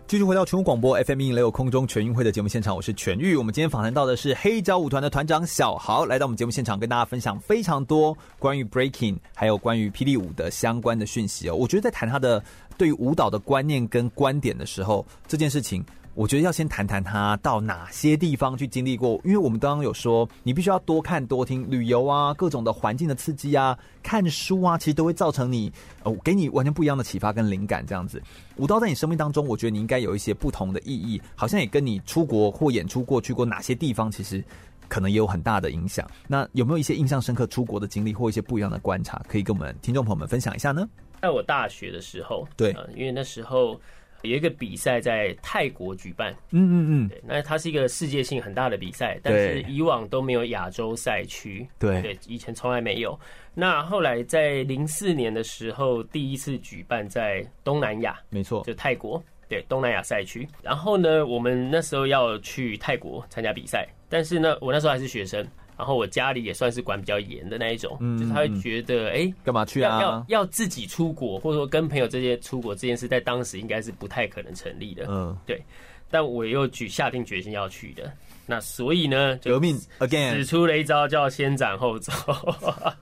继续回到全国广播 FM 一零六空中全运会的节目现场，我是全玉。我们今天访谈到的是黑胶舞团的团长小豪，来到我们节目现场，跟大家分享非常多关于 breaking 还有关于霹雳舞的相关的讯息哦。我觉得在谈他的对于舞蹈的观念跟观点的时候，这件事情。我觉得要先谈谈他到哪些地方去经历过，因为我们刚刚有说，你必须要多看多听，旅游啊，各种的环境的刺激啊，看书啊，其实都会造成你呃，给你完全不一样的启发跟灵感这样子。舞蹈在你生命当中，我觉得你应该有一些不同的意义，好像也跟你出国或演出过去过哪些地方，其实可能也有很大的影响。那有没有一些印象深刻出国的经历或一些不一样的观察，可以跟我们听众朋友们分享一下呢？
在我大学的时候，
对
呃因为那时候有一个比赛在泰国举办，
嗯嗯嗯，
对，那它是一个世界性很大的比赛，但
对
是以往都没有亚洲赛区，
对
对，以前从来没有。那后来在零四年的时候，第一次举办在东南亚，
没错，
就泰国，对东南亚赛区。然后呢，我们那时候要去泰国参加比赛，但是呢，我那时候还是学生，然后我家里也算是管比较严的那一种，
嗯
就是他会觉得，哎、
干嘛去
要要
啊？
要自己出国，或者说跟朋友这些出国这件事，在当时应该是不太可能成立的。
嗯，
但我又举下定决心要去的，那所以呢，就
革命
使
again，
出了一招叫先斩后奏，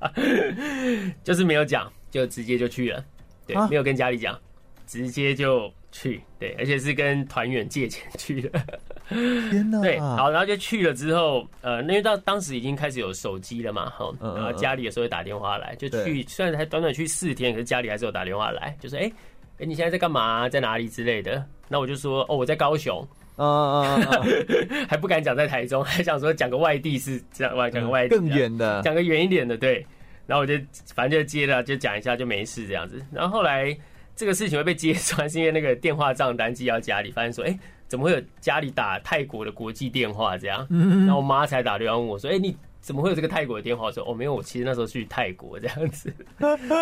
就是没有讲，就直接就去了，对，
啊
没有跟家里讲，直接就去，对，而且是跟团员借钱去的，
啊天哪！
对，好，然后就去了之后，呃，因为到当时已经开始有手机了嘛，哈，
嗯嗯
然后家里有时候会打电话来，就去，虽然才短短去四天，可是家里还是有打电话来，就说，哎、哎、你现在在干嘛、在哪里之类的？那我就说，哦，我在高雄，
嗯嗯嗯嗯
还不敢讲在台中，还想说讲个外地是这样，讲个外
嗯，
地啊
更远的，
讲个远一点的，对。然后我就反正就接了，就讲一下就没事这样子。然后后来这个事情会被揭穿，是因为那个电话账单寄到家里，发现说，哎、怎么会有家里打泰国的国际电话这样？
嗯
然后我妈才打电话问我说，哎、你怎么会有这个泰国的电话？我说，哦，没有，我其实那时候去泰国这样子。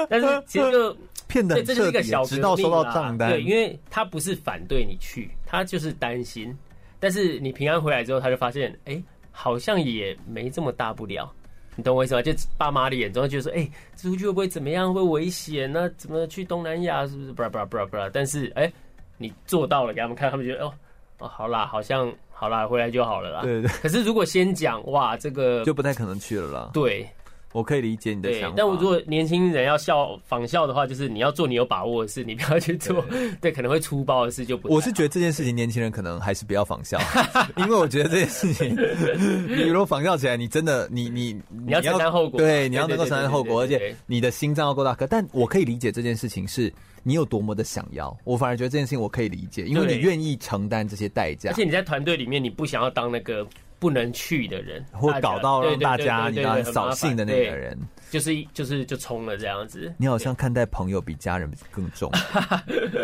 但是其实就
骗的
对，
很
这就是
彻
一
底
个小，
直
革
到收
命
到
啦
账单。
对，因为他不是反对你去，他就是担心。但是你平安回来之后，他就发现，哎、好像也没这么大不了。你懂我意思吗？就爸妈的眼中就觉得说，哎、出去会不会怎么样？会危险？那怎么去东南亚？是不是？布拉布拉布拉布拉。但是，哎、你做到了，给他们看，他们觉得，哦，哦，好啦，好像好啦，回来就好了啦。
对对，
可是如果先讲，哇，这个
就不太可能去了啦。
对，
我可以理解你的
对
想法，，
但我如果年轻人要效仿效的话，就是你要做你有把握的事，你不要去做 对可能会出包的事，就不太
我是觉得这件事情年轻人可能还是不要仿效， 因为我觉得这件事 情，你如果仿效起来，你真的你你你
要承担后果
对，
对
你要能够承担后果，而
对对对对
且你的心脏要够大颗。但我可以理解这件事情是你有多么的想要，我反而觉得这件事情我可以理解，因为
对
你愿意承担这些代价
而且。你在团队里面，你不想要当那个不能去的人，
或
大家
搞到
对
让
对
大
对
家
对
你
对
知道
对
很
很
扫
麻
兴
烦
的那
对
个人，
就是就是就冲了这样子。
你好像看待朋友比家人更 重，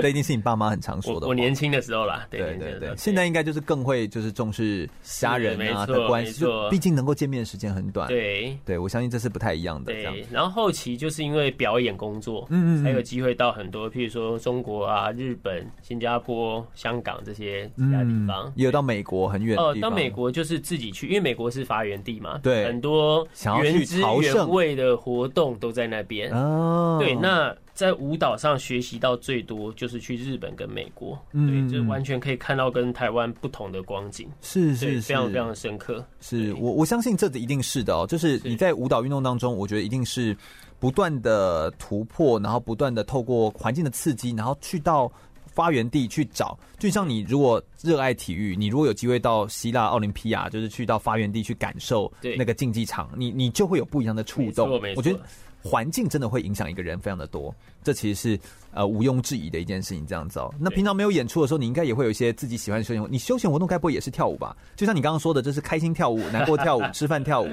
这一定是你爸妈很常
我
说的话。
我年轻的时候啦，对
对
年轻
对
的时
对
候，
现在应该就是更会就是重视家人啊
是没错
的关系，
没错
就毕竟能够见面的时间很短。
对
对，我相信这是不太一样的。这样
对，然后后期就是因为表演工作，
嗯嗯嗯
才有机会到很多，譬如说中国啊、日本、新加坡、香港这些其他地方。
嗯也有到美国很远的
哦，
地
到
方。
美国就是自己去，因为美国是发源地嘛，
对
很多
想要去
原汁
朝圣
原味的活动都在那边。
哦，
对，那在舞蹈上学习到最多就是去日本跟美国，
嗯
对，就是完全可以看到跟台湾不同的光景，
是
对
是是
非常非常深刻。
是我我相信这一定是的哦，就是你在舞蹈运动当中，我觉得一定是不断的突破，然后不断的透过环境的刺激，然后去到。发源地去找，就像你如果热爱体育，你如果有机会到希腊奥林匹亚，就是去到发源地去感受
对
那个竞技场，你你就会有不一样的触动
没错没。错
我觉得环境真的会影响一个人非常的多，这其实是呃毋庸置疑的一件事情。这样子哦，那平常没有演出的时候，你应该也会有一些自己喜欢的休闲活动。你休闲活动该不会也是跳舞 吧？就像你刚刚说的，就是开心跳舞、难过跳舞、吃饭跳舞、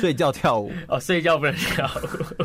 睡觉跳舞。
哦，睡觉不能跳，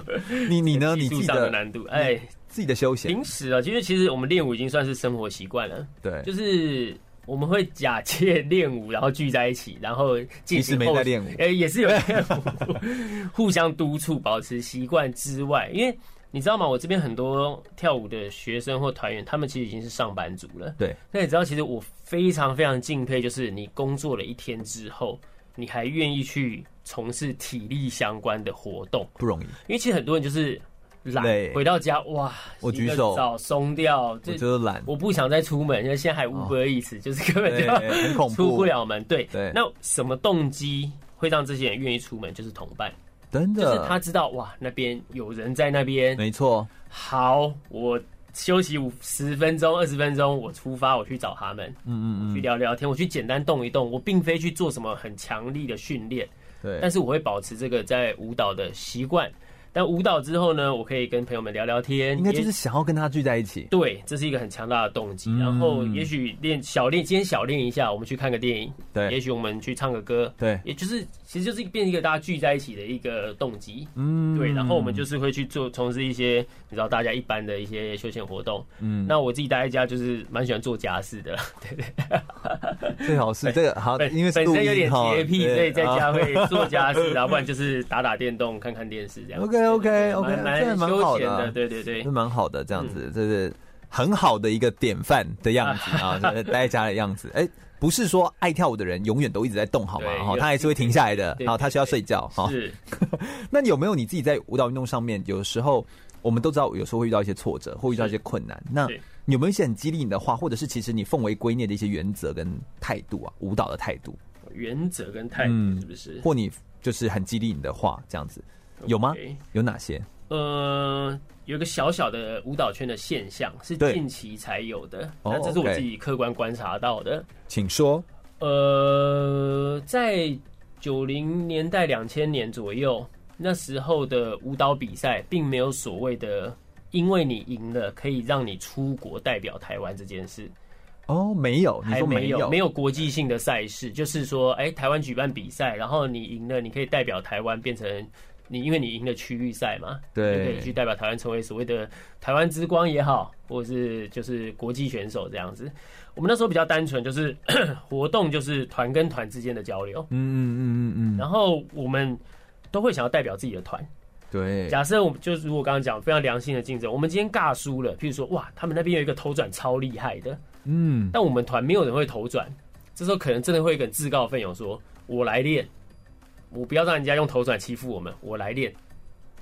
你你呢？你
技
自
术
己
上
的
的难度，哎，
自己 的休闲
平时啊，其实其实我们练舞已经算是生活习惯了，
对，
就是。我们会假借练舞，然后聚在一起，然后
其
进
实
行
没
后
在练舞
呃，也是有练舞， 互相督促，保持习惯之外，因为你知道吗？我这边很多跳舞的学生或团员，他们其实已经是上班族了。
对，
那你知道，其实我非常非常敬佩，就是你工作了一天之后，你还愿意去从事体力相关的活动，
不 容易。
因为其实很多人就是懒
对，
回到家哇，
我举
洗个
手
澡松掉，
我
这
就是懒，
我不想再出门，因为现在还无
哦
隔一次，就是根本
对很
就
恐怖
出不了门。对，
对
那什么动机会让这些人愿意出门？就是同伴，
真
就是
的，
他知道哇，那边有人在那边，
没错，
好，我休息五十分钟、二十分钟，我出发，我去找他们，
嗯嗯
去
嗯，
聊聊天，我去简单动一动，我并非去做什么很强力的训练，但
对，
是我会保持这个在舞蹈的习惯。但舞蹈之后呢，我可以跟朋友们聊聊天，
应该就
也
是想要跟他聚在一起。
对，这是一个很强大的动机。
嗯
然后也许练小练，今天小练一下，我们去看个电影，
对
也许我们去唱个歌，
对
也就是其实就是变成一个大家聚在一起的一个动机。
嗯
对，然后我们就是会去做从事一些你知道大家一般的一些休闲活动。
嗯
那我自己待在家就是蛮喜欢做家事 的，对对。
最好是这个好，
本
啊因为是
本
录
身有
音
点
哈
洁癖，
对
所以在家
啊
会做 家事，然后不然就是打打电动、看看电视这样。
OK OK OK，
蛮蛮
这蛮
休
好
闲
的啊，
的，对嗯对对
这。蛮好的，这样子，这是很好的一个典范的样子 啊，就是待在家的样子。哎，不是说爱跳舞的人永远都一直在动好吗？
对
哈，
有
他还是会停下来的，
对
好，他需要
对
睡觉哈。
是，
那你有没有你自己在舞蹈运动上面，有时候我们都知道，有时候会遇到一些挫折，或遇到一些困难，那
对
有没有一些很激励你的话，或者是其实你奉为圭臬的一些原则跟态度啊，舞蹈的态度，
原则跟态度
嗯
是不是？
或你就是很激励你的话，这样子有吗
OK？
有哪些？
呃，有一个小小的舞蹈圈的现象是
对
近期才有的，
哦
那这是我
OK
自己客观观察到的。
请说。
呃，在九零年代、两千年左右，那时候的舞蹈比赛并没有所谓的。因为你赢了，可以让你出国代表台湾这件事，
哦，没有，你
还
说
没
有，
没有国际性的赛事，就是说，哎、台湾举办比赛，然后你赢了，你可以代表台湾变成你，因为你赢了区域赛嘛，
对
你就可以去代表台湾成为所谓的台湾之光也好，或者是就是国际选手这样子。我们那时候比较单纯，就是 活动就是团跟团之间的交流，
嗯嗯嗯嗯嗯，
然后我们都会想要代表自己的团，
对，
假设我们就是如我刚刚讲非常良性的竞争，我们今天尬输了，譬如说哇，他们那边有一个头转超厉害的，
嗯，
但我们团没有人会头转，这时候可能真的会有一个人自告奋勇说：“我来练，我不要让人家用头转欺负我们，我来练，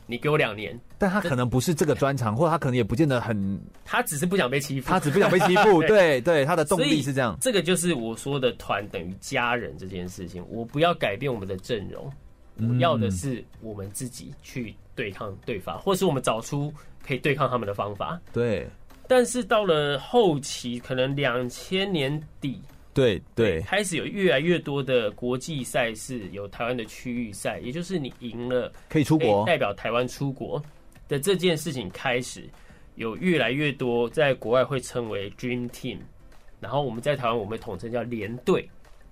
你给我两年。
但他可能不是这个专长，或者他可能也不见得 很，”
他只是不想被欺负，
他只不想被欺负，对对，他的动
所以
力是这样，
这个就是我说的团等于家人这件事情，我不要改变我们的阵容，我要
嗯
的是我们自己去对抗对方，或是我们找出可以对抗他们的方法。
对
但是到了后期，可能两千年底
对对，
开始有越来越多的国际赛事，有台湾的区域赛，也就是你赢了
可以出国
代表台湾出国的这件事情开始，有越来越多在国外会称为 Dream Team，然后我们在台湾我们统称叫联队。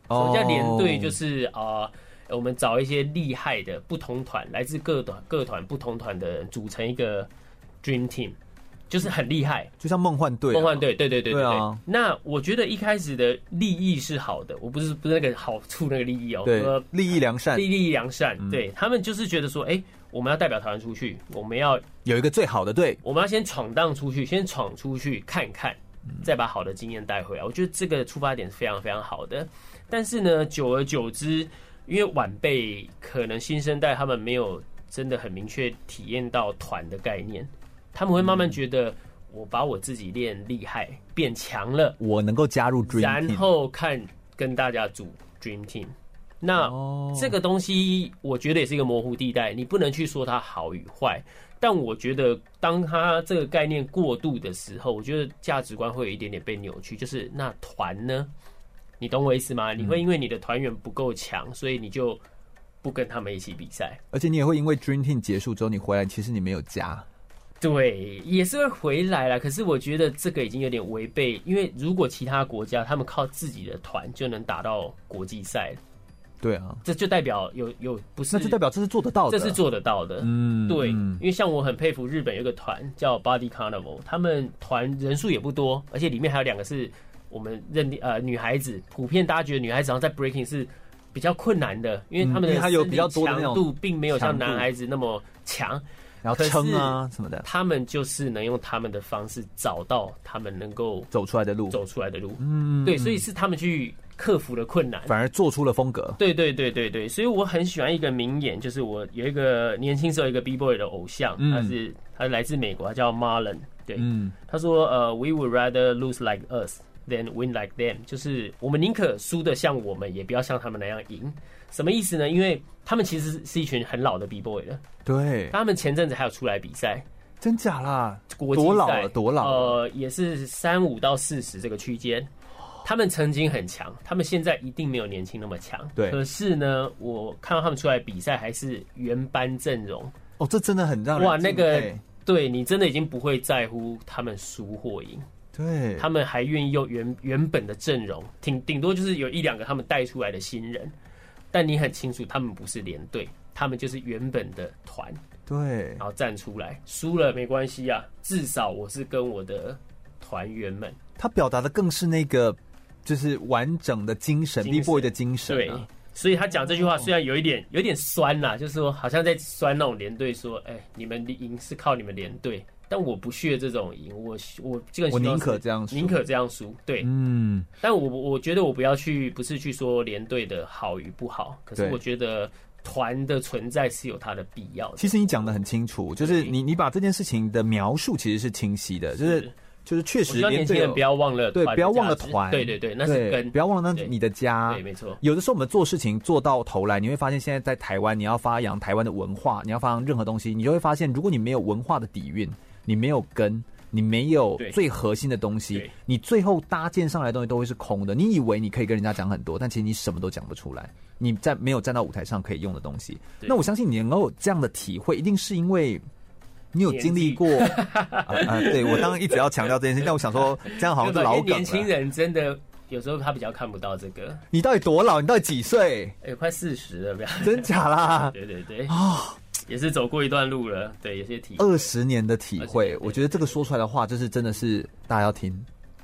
什
哦
么叫联队？就是啊、呃我们找一些厉害的不同团，来自各团各团不同团的人组成一个 Dream Team，就是很厉害。
就像梦幻队啊，
梦幻队，对对对
对啊，
那我觉得一开始的利益是好的，我不是不是那个好处那个利益哦，
对嗯
说
利益良善，
利益良善，对他们就是觉得说，哎、我们要代表台湾出去，我们要
有一个最好的队，
我们要先闯荡出去，先闯出去看看，
嗯
再把好的经验带回来。我觉得这个出发点是非常非常好的。但是呢，久而久之，因为晚辈可能新生代他们没有真的很明确体验到团的概念，他们会慢
嗯
慢觉得我把我自己练厉害、变强了，
我能够加入 Dream
然
Team，
后看跟大家组 Dream Team。那
哦
这个东西，我觉得也是一个模糊地带，你不能去说它好与坏。但我觉得，当它这个概念过度的时候，我觉得价值观会有一点点被扭曲。就是那团呢，你懂我意思吗？你
嗯
会因为你的团员不够强，所以你就不跟他们一起比赛。
而且你也会因为 Dream Team 结束之后你回来，其实你没有加，
对，也是会回来啦。可是我觉得这个已经有点违背，因为如果其他国家他们靠自己的团就能打到国际赛，
对啊，
这就代表有有不是，
那就代表这是做得到的，
这是做得到的。
嗯
对，
嗯
因为像我很佩服日本有一个团叫 Body Carnival，他们团人数也不多，而且里面还有两个是我们认定呃女孩子，普遍大家觉得女孩子好像在 breaking 是比较困难的，因为
嗯因
他们
为
的
它有比较多的那
身体
种
强度并没有像
强度
男孩子那么强，
然后撑啊什么的，
他们就是能用他们的方式找到他们能够
走出来的路，
走出来的路。
嗯
对，所以是他们去克服了困难。
反而做出了风格，
对对对对对，所以我很喜欢一个名言，就是我有一个年轻时候有一个 B boy 的偶像，
嗯
他是他来自美国，他叫 Marlon，对，
嗯，
他说呃，We would rather lose like us than win like them，就是我们宁可输的像我们，也不要像他们那样赢。什么意思呢？因为他们其实是一群很老的 B boy 了，
对，
他们前阵子还有出来比赛，
真假啦，
国际赛
多老了，多老了，
呃，也是三五到四十这个区间。他们曾经很强，他们现在一定没有年轻那么强。
对
可是呢，我看到他们出来比赛还是原班阵容，
哦，这真的很让人
哇那
敬
个
佩
对你真的已经不会在乎他们输或赢，
对，
他们还愿意用原原本的阵容，顶顶多就是有一两个他们带出来的新人，但你很清楚他们不是连队，他们就是原本的团。
对
然，后站出来，输了没关系啊，至少我是跟我的团员们，
他表达的更是那个就是完整的精神
精神
，B boy 的精神
对
啊，，
所以他讲这句话虽然有一点有点酸啦，就是说好像在酸那种连队，说，哎，你们赢是靠你们连队，但我不屑这种赢，我我这个
我宁可这样输
宁可这样输，对，
嗯，
但我我觉得我不要去，不是去说连队的好与不好，可是
对
我觉得团的存在是有它的必要的，
其实你讲的很清楚，就是你你把这件事情的描述其实是清晰的，就是
是
就是确
我
实
希望
连
年轻
队
人
友
不要忘了
对
团的
不要忘了
价值
团，
对对对，那是
对
根，
不要忘了那
对
你的家，
对，没错。
有的时候我们做事情做到头来，你会发现现在在台湾，你要发扬台湾的文化，你要发扬任何东西，你就会发现，如果你没有文化的底蕴，你没有根，你没有
对
最核心的东西
对，
你最后搭建上来的东西都会是空的。你以为你可以跟人家讲很多，但其实你什么都讲不出来，你在没有站到舞台上可以用的东西。
对
那我相信你能够有这样的体会，一定是因为。你有经历过啊、啊对我当然一直要强调这件事情，但我想说，这样好像是
对吧
老
因为
梗
哎年轻
了。
人真的有时候他比较看不到这个，
你到底多老？你到底几岁？
哎、快四十了，不要。
真啊假 啦？
对对对，哦，也是走过一段路了，对，有些体
二十年的体
20
会，
年
我觉得这个说出来的话，就是真的是大家要听。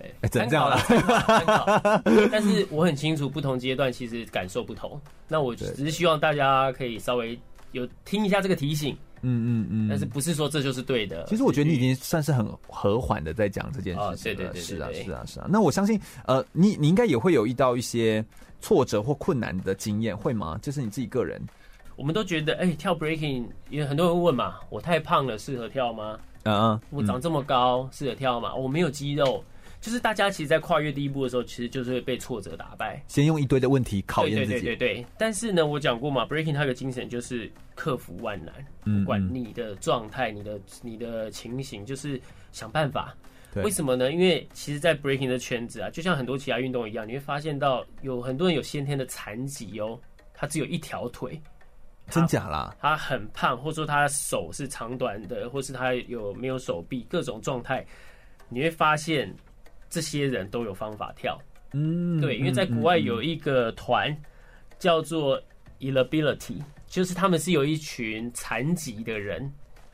哎
哎
怎这样了
参考参考 参考但是我很清楚，不同阶段其实感受不同。那我只是希望大家可以稍微有听一下这个提醒，
嗯嗯嗯。
但是不是说这就是对的。
其实我觉得你已
是
经算是很和缓的在讲这件事情了。
哦对对对对
是啊，
对
是啊，是啊。那我相信，呃，你你应该也会有遇到一些挫折或困难的经验，会吗？就是你自己个人，
我们都觉得，哎、跳 breaking，因为很多人会问嘛，我太胖了，适合跳吗？
嗯嗯，
我长这么高，适合跳吗？我没有肌肉。就是大家其实，在跨越第一步的时候，其实就是会被挫折打败。
先用一堆的问题考验自
对
己。
对对对对。但是呢，我讲过嘛，breaking 它的精神就是克服万难，
嗯
不管
嗯
你的状态、你的你的情形，就是想办法。
对
为什么呢？因为其实，在 breaking 的圈子啊，就像很多其他运动一样，你会发现到有很多人有先天的残疾哦，他只有一条腿，
真假啦？
他很胖，或者说他手是长短的，或是他有没有手臂，各种状态，你会发现这些人都有方法跳。
嗯
对，因为在国外有一个团叫做 Illability，就是他们是由一群残疾的人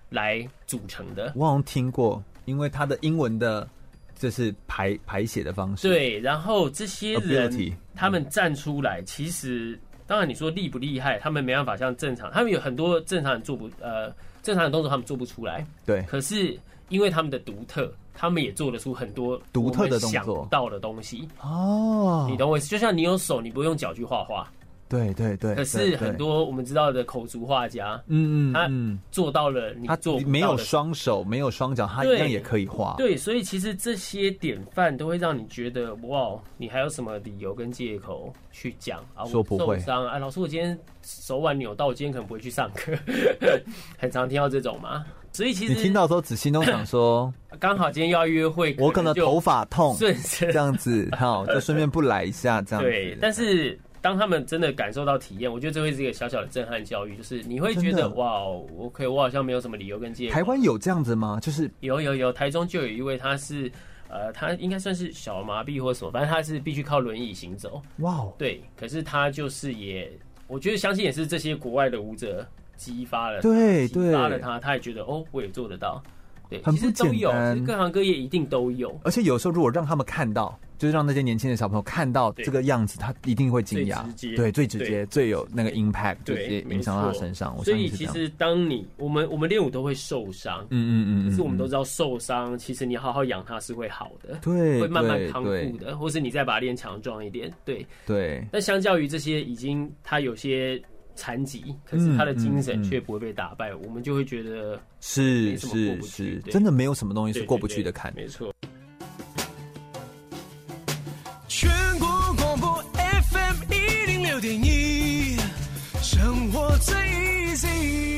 来组成的。
我好像听过，因为它的英文的，就是排排写的方式。
对，然后这些人
Ability 嗯
他们站出来，其实当然你说厉不厉害，他们没办法像正常，他们有很多正常人做不呃正常的动作他们做不出来，
对
可是因为他们的独特，他们也做得出很多
独特的动
我们
作
想不到的东西。
哦
你懂我意思？就像你有手，你不用脚去画画，
对对对。
可
对
是
对
很多我们知道的口足画家，
嗯嗯
他
嗯，
做到了你
他
做不到的
没有双手，没有双脚，他一
对
样也可以画。
对，所以其实这些典范都会让你觉得，哇，你还有什么理由跟借口去讲啊？我
说不会
受伤啊，老师，我今天手腕扭到，我今天可能不会去上课， 很常听到这种嘛。所以其
你听
实
到之后，只心中想 说，
刚好今天又要约会，
我可能
就
头发痛，
顺势
这样子， 好，就顺便不来一下这样子。
对，但是当他们真的感受到体验，我觉得这会是一个小小的震撼教育，就是你会觉
真的
得哇，OK，我好像没有什么理由跟借口
台。湾有这样子吗？就是
有有有，台中就有一位他是，呃，他应该算是小麻痹或什么，反正他是必须靠轮椅行走。
哇哦，
对，可是他就是也，我觉得相信也是这些国外的舞者激发了，
对
激发了
对，
他，他也觉得哦，我也做得到。对，
很
其实
不
都
简
有，
单
其实各行各业一定都有。
而且有时候如果让他们看到，就是让那些年轻的小朋友看到
对
这个样子，他一定会惊讶
最直，接
对，最直接，
对
最有那个 impact，就直接
对，
影响到
没
他
错
身上。我
所
相信
以
是这
其
样。
实当你我们我们练舞都会受伤，
嗯嗯嗯，
可是我们
嗯
都知道受伤，其实你好好养它是会好的，
对
会慢慢
对
康
对
复的，或是你再把它练强壮一点。对，
对
那相较于这些已经他有些残疾，可是他的精
嗯嗯
神
嗯
却不会被打败，我们就会觉得
是
没什么过
是
不去
是，
对
真的没有什么东西
对
是
对
过不去
对
的坎。
没错。
全国广播 FM 一零六点一，生活最 easy。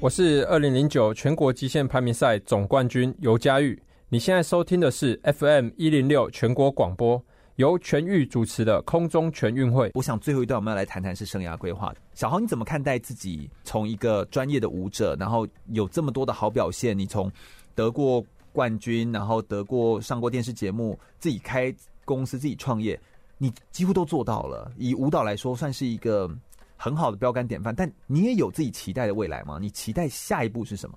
我是二零零九全国极限排名赛总冠军尤佳玉。你现在收听的是 FM 一零六全国广播，由全域主持的空中全运会。
我想最后一段我们要来谈谈是生涯规划。小豪，你怎么看待自己从一个专业的舞者，然后有这么多的好表现？你从得过冠军，然后得过上过电视节目，自己开公司，自己创业，你几乎都做到了。以舞蹈来说，算是一个很好的标杆典范。但你也有自己期待的未来吗？你期待下一步是什么？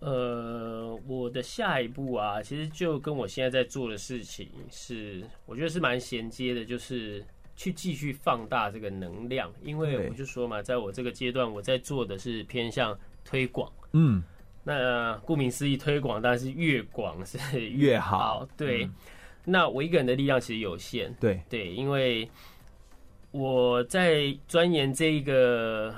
呃，我的下一步啊，其实就跟我现在在做的事情是，我觉得是蛮衔接的，就是去继续放大这个能量，因
对
为我就说嘛，在我这个阶段，我在做的是偏向推广。
嗯，
那顾名思义，推广当然是越广是
越
越
好
对，
嗯
那我一个人的力量其实有限，
对，
对，因为我在钻研这一个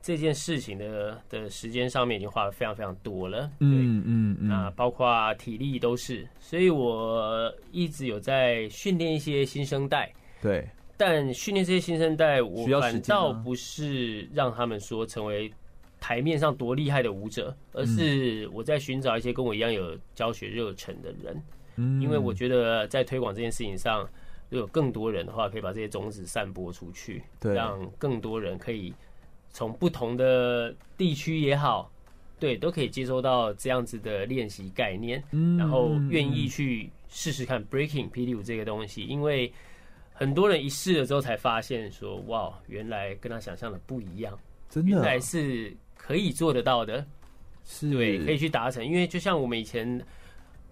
这件事情的的时间上面已经花了非常非常多了，对，啊
嗯嗯
那
嗯，
包括体力都是，所以我一直有在训练一些新生代，
对，
但训练这些新生代，我
需要时
反
间吗
倒不是让他们说成为台面上多厉害的舞者，而
嗯
是我在寻找一些跟我一样有教学热忱的人，
嗯
因为我觉得在推广这件事情上，如果有更多人的话，可以把这些种子散播出去，
对
让更多人可以从不同的地区也好，对，都可以接收到这样子的练习概念，
嗯
然后愿意去试试看 breaking 霹雳舞这个东西，因为很多人一试了之后才发现说，哇，原来跟他想象的不一样，
真
原
的啊
来是可以做得到的，
是
对，可以去达成。因为就像我们以前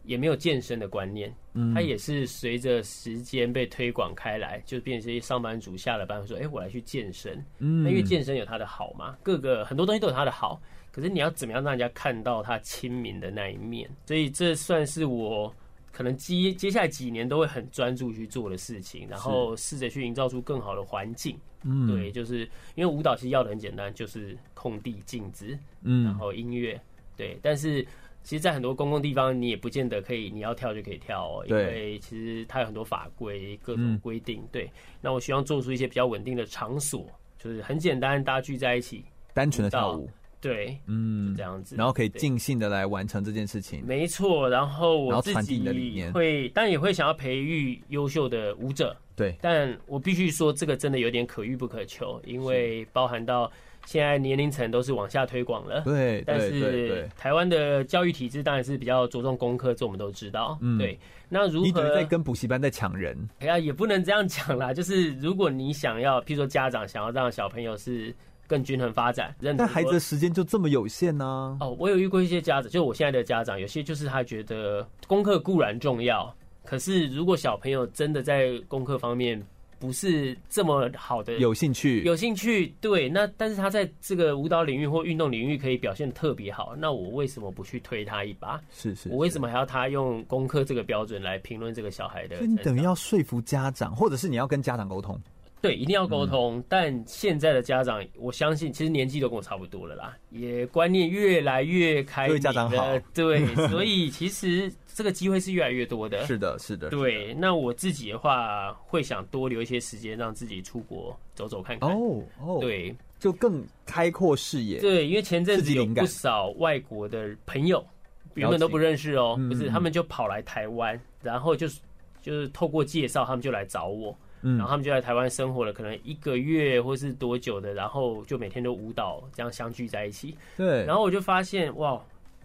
也没有健身的观念，
嗯
它也是随着时间被推广开来，就变成一些上班族下了班会说，哎、我来去健身。
嗯
那因为健身有它的好嘛，各个很多东西都有它的好，可是你要怎么样让人家看到他亲民的那一面？所以这算是我可能接接下来几年都会很专注去做的事情，然后试着去营造出更好的环境。
嗯
对，就是因为舞蹈其实要的很简单，就是空地、镜子，
嗯
然后音乐，对，但是。其实，在很多公共地方，你也不见得可以，你要跳就可以跳哦，因
对
为其实它有很多法规、各
嗯
种规定。对，那我希望做出一些比较稳定的场所，就是很简单，大家聚在一起，
单纯的跳舞，
对，
嗯，
这样子
然后可以
对
尽兴的来完成这件事情。
没错。然后
然后
我自
传递你的理
己
念
会，但也会想要培育优秀的舞者，
对，
但我必须说，这个真的有点可遇不可求，因为包含到现在年龄层都是往下推广了。
对
但
对对
是
对
台湾的教育体制当然是比较着重功课，这我们都知道。
嗯
对，那如
你等于在
何？
跟补习班在抢人，
哎呀，也不能这样讲啦。 就是如果你想要，譬如说家长想要让小朋友是更均衡发展，认同
但孩子
说
的时间就这么有限呢、
哦，我有遇过一些家长，就是我现在的家长，有些就是他觉得功课固然重要，可是如果小朋友真的在功课方面不是这么好的，
有兴趣，
有兴趣，对，那但是他在这个舞蹈领域或运动领域可以表现得特别好，那我为什么不去推他一把？
是是
我为什么还要他用功课这个标准来评论这个小孩的
所以你
成
等于要说服家长，或者是你要跟家长沟通。
对，一定要沟通。
嗯
但现在的家长，我相信其实年纪都跟我差不多了啦，也观念越来越开
各
明
位
了。
家长好
对，所以其实这个机会是越来越多的。
是的，是的，是的。
对，那我自己的话，会想多留一些时间让自己出国走走看看。
哦哦，
对，
就更开阔视野。
对，因为前阵
自
子
己
有
灵感
不少外国的朋友，原本都不认识哦，
嗯
不是，
嗯
他们就跑来台湾，然后就是就是透过介绍，他们就来找我，
嗯
然后他们就来台湾生活了，可能一个月或是多久的，然后就每天都舞蹈这样相聚在一起，
对，
然后我就发现哇，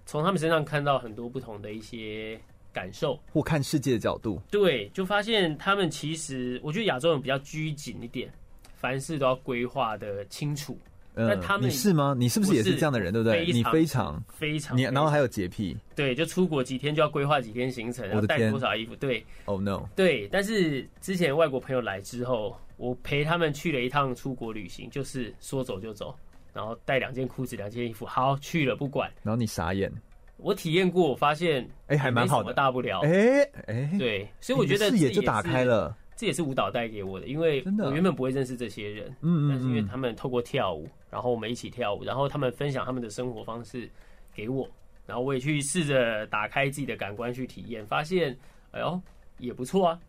从他们身上看到很多不同的一些感受，
或看世界的角度，
对，就发现他们其实，我觉得亚洲人比较拘谨一点，凡事都要规划的清楚。
呃
但他们
你是吗？你是不是也
我
是
是
这样的人，对不对？
非
你
常
非常
非常
你，
非
然后还
常
有洁癖。
对，就出国几天就要规划几天行程，
我
然后
的
带
天
多少衣服，对
Oh no！
对。但是之前外国朋友来之后，我陪他们去了一趟出国旅行，就是说走就走，然后带两件裤子、两件衣服，好去了不管。
然后你傻眼，
我体验过，我发现
哎还蛮
没什么
好的
大不了，
哎哎，
对，所以我觉得
你的视
这
野就打
是
开。了。
这也是舞蹈带给我的，因为
的啊
我原本不会认识这些人，
嗯嗯
但是因为
嗯
他们透过跳舞，然后我们一起跳舞，然后他们分享他们的生活方式给我，然后我也去试着打开自己的感官去体验，发现，哎呦，也不错啊，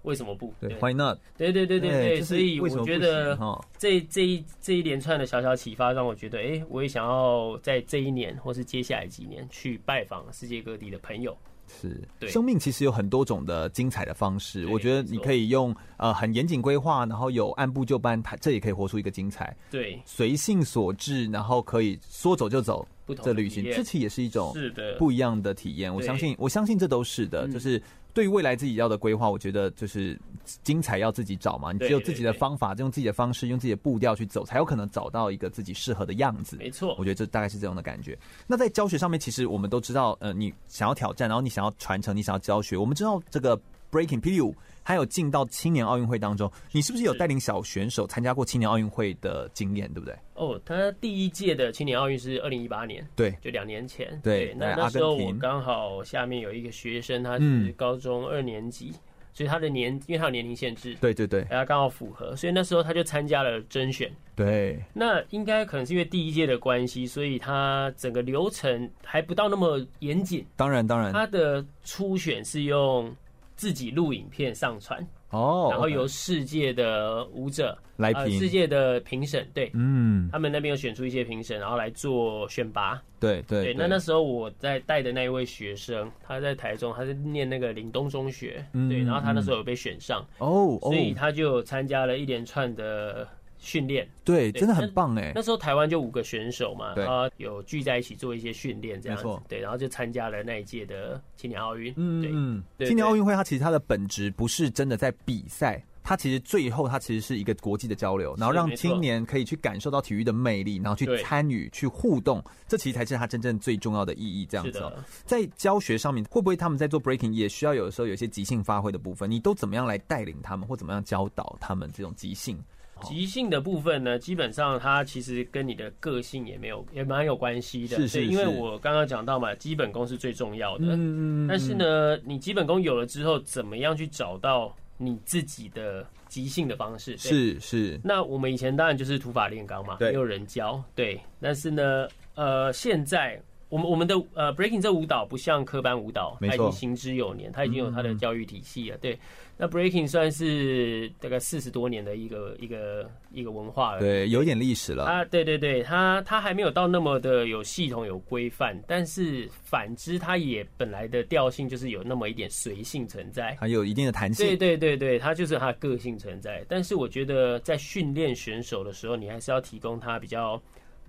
为什么不？
对，Why not？
对对对对
对
对，
就是
所以
为什么
我觉
不行
得
哈
这这一这一连串的小小启发，让我觉得，哎，我也想要在这一年或是接下来几年去拜访世界各地的朋友，
是，
对
生命其实有很多种的精彩的方式。
对
我觉得你
没错
可以用呃很严谨规划，然后有按部就班，它这也可以活出一个精彩。
对，
随性所致，然后可以说走就走
不同的
这旅行
体，验
这其实也是一种
是的
不一样的体验。我
对
相信，我相信这都是的，
嗯
就是对于未来自己要的规划，我觉得就是精彩要自己找嘛，你
对
只有自己的
对对
方法，用自己的方式，用自己的步调去走，才有可能找到一个自己适合的样子。
没错
我觉得这大概是这种的感觉。那在教学上面，其实我们都知道，呃，你想要挑战，然后你想要传承，你想要教学，我们知道这个 breaking 霹雳舞。还有进到青年奥运会当中，你是不是有带领小选手参加过青年奥运会的经验，对不对？
哦，他第一届的青年奥运是二零一八年，
对
就两年前。
对
那
在
那
阿
时
根
候我
廷
刚好下面有一个学生，他
嗯
是高中二年级，所以他的年，因为他有年龄限制，
对对对
哎，他刚好符合，所以那时候他就参加了甄选。
对，
那应该可能是因为第一届的关系，所以他整个流程还不到那么严谨。
当然当然。
他的初选是用自己录影片上传，
哦，
然后由
OK
世界的舞者
来
呃
评
世界的评审对，
嗯，
他们那边有选出一些评审，然后来做选拔。
对对
对，那那时候我在带的那一位学生，他在台中，他是念那个岭东中学，
嗯
对，然后他那
嗯
时候有被选上，
哦哦
所，以他就参加了一连串的训练。
对，
对
真的很棒哎
那，时候台湾就五个选手嘛，
对
然后有聚在一起做一些训练这样
没
子
错，
对，然后就参加了那一届的青年奥运，对，
嗯嗯，
对
今年
对
奥运会它其实它的本质不是真的在比赛。它其实最后，它其实是一个国际的交流，然后让
没错
青年可以去感受到体育的魅力，然后去
对
参与、去互动，这其实才是它真正最重要的意义。这样
是
子、哦，
的。
在教学上面，会不会他们在做 breaking 也需要有时候有一些即兴发挥的部分？你都怎么样来带领他们，或怎么样教导他们这种即兴？
即兴的部分呢，基本上它其实跟你的个性也没有也蛮有关系的，
是是
对因为
是
我刚刚讲到嘛，基本功是最重要的，
嗯
但是，呢，你基本功有了之后，怎么样去找到你自己的即兴的方式？对。
是是，
那我们以前当然就是土法炼钢嘛，
对
没有人教，对。但是呢，呃，现在我们我们的呃 breaking 这舞蹈不像科班舞蹈，
没
它已
错嗯
经行之有年，它已经有它的教育体系了。对，那 breaking 算是大概四十多年的一个一个一个文化了。
对，有点历史了。
啊，对对对，它它还没有到那么的有系统有规范，但是反之，它也本来的调性就是有那么一点随性存在。
还有一定的弹性，
对对对对，它就是它的个性存在。但是我觉得在训练选手的时候，你还是要提供他比较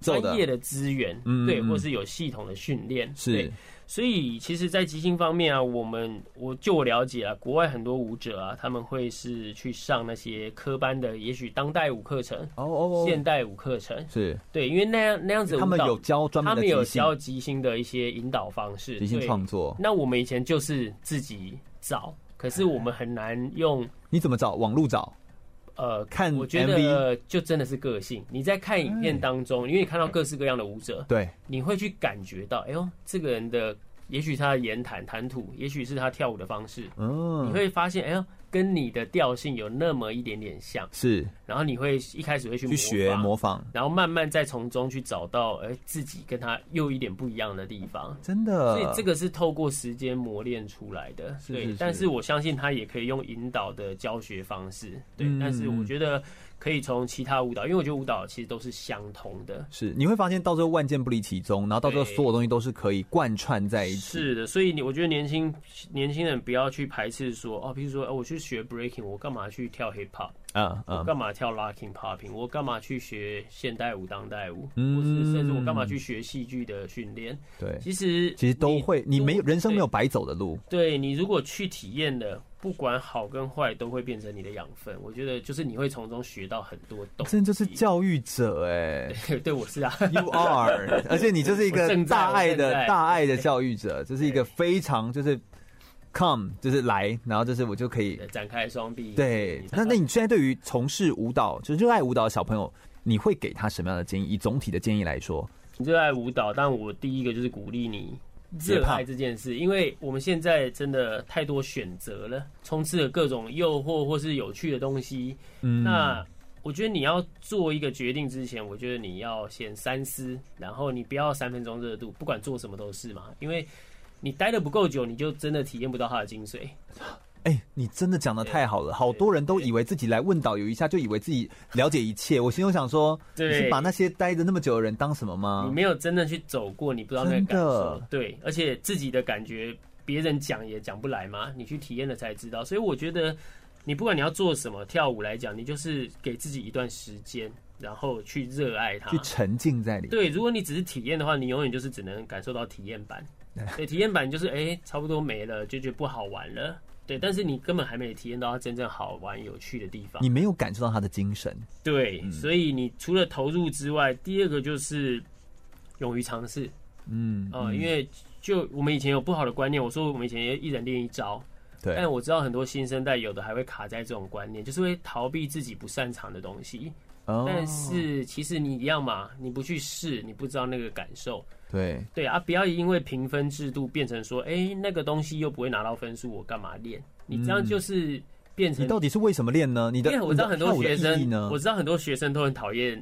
专业的资源，
嗯
对，
嗯
或是有系统的训练。
是
对，所以其实，在即兴方面啊，我们我就我了解啊，国外很多舞者啊，他们会是去上那些科班的，也许当代舞课程，
哦哦哦
现代舞课程，
是
对，因为那样那样子的舞
他
蹈，
们有教专门
他
的
们有
即兴
教即兴的一些引导方式，
即兴
对
创作
那我们以前就是自己找，可是我们很难用
你怎么找？网路找，
呃
看
我觉
MV
得就真的是个性。你在看影片当中，因为你看到各式各样的舞者，
嗯对，
你会去感觉到，哎呦，这个人的，也许他的言谈谈吐，也许是他跳舞的方式，
嗯，
你会发现，哎呦，跟你的调性有那么一点点像，
是
然后你会一开始会去
去学模仿，
然后慢慢再从中去找到，哎、自己跟他又一点不一样的地方。
真的。
所以这个是透过时间磨练出来的，
呃是
对。
是
但
是
是我相信他也可以用引导的教学方式，对。
嗯
但是
嗯
我
嗯
觉得可以从其他舞蹈，因为我觉得舞蹈其实都是相同的，
是你会发现到最后万剑不离其宗，然后到最后
对
所有东西都是可以贯穿在一起。
是的，所以你我觉得年轻年轻人不要去排斥说哦，比如说哦，我去学 breaking，我干嘛去跳 hip hop？
嗯
我
嗯，
干嘛跳 locking popping？我干嘛去学现代舞、当代舞？
嗯
或是甚至我干嘛去学戏剧的训练？
对，
其实
其实都会，你没有人生没有
对
白走的路。
对你如果去体验了，不管好跟坏，都会变成你的养分。我觉得就是你会从中学到很多东西。
真的就是教育者哎、
对，我是啊
You are，而且你就是一
我
个
正在
大爱
我正
的
在
大爱的教育者，就是一个非常就是 come 就是来，然后就是我就可以
展开双臂。
对。那那你现在对于从事舞蹈就是热爱舞蹈的小朋友，你会给他什么样的建议？以总体的建议来说，
你热爱舞蹈，但我第一个就是鼓励你
别
热
怕
爱这件事，因为我们现在真的太多选择了，充斥了各种诱惑或是有趣的东西。
嗯
那我觉得你要做一个决定之前，我觉得你要先三思，然后你不要三分钟热度，不管做什么都是嘛，因为你待的不够久，你就真的体验不到它的精髓。
哎、你真的讲的太好了，好多人都以为自己来问导游一下，就以为自己了解一切。我心中想说，你
对
是把那些待着那么久的人当什么吗
你？没有真的去走过，你不知道那个感
啊真
受
的。
对，而且自己的感觉，别人讲也讲不来嘛，你去体验了才知道。所以我觉得，你不管你要做什么，跳舞来讲，你就是给自己一段时间，然后去热爱它
去。沉浸在里面。
对，啊如果你只是体验的话，你永远就是只能感受到体验 版。对，体验版就是哎、差不多没了，就觉得不好玩了。对，但是你根本还没有体验到它真正好玩、有趣的地方。
你没有感受到他的精神，
对，
嗯
所以你除了投入之外，第二个就是勇于尝试。
嗯，
呃，
嗯
因为就我们以前有不好的观念，我说我们以前也一人练一招，
对，
但我知道很多新生代有的还会卡在这种观念，就是会逃避自己不擅长的东西。
哦
但是其实你一样嘛，你不去试，你不知道那个感受。
对，
对啊，不要因为评分制度变成说，哎、那个东西又不会拿到分数，我干嘛练？你这样
嗯
就是变成
你到底是为什么练呢？你的
因为我知道很多
你的跳
学
舞的意义
生，
呢
我，知道很多学生都很讨厌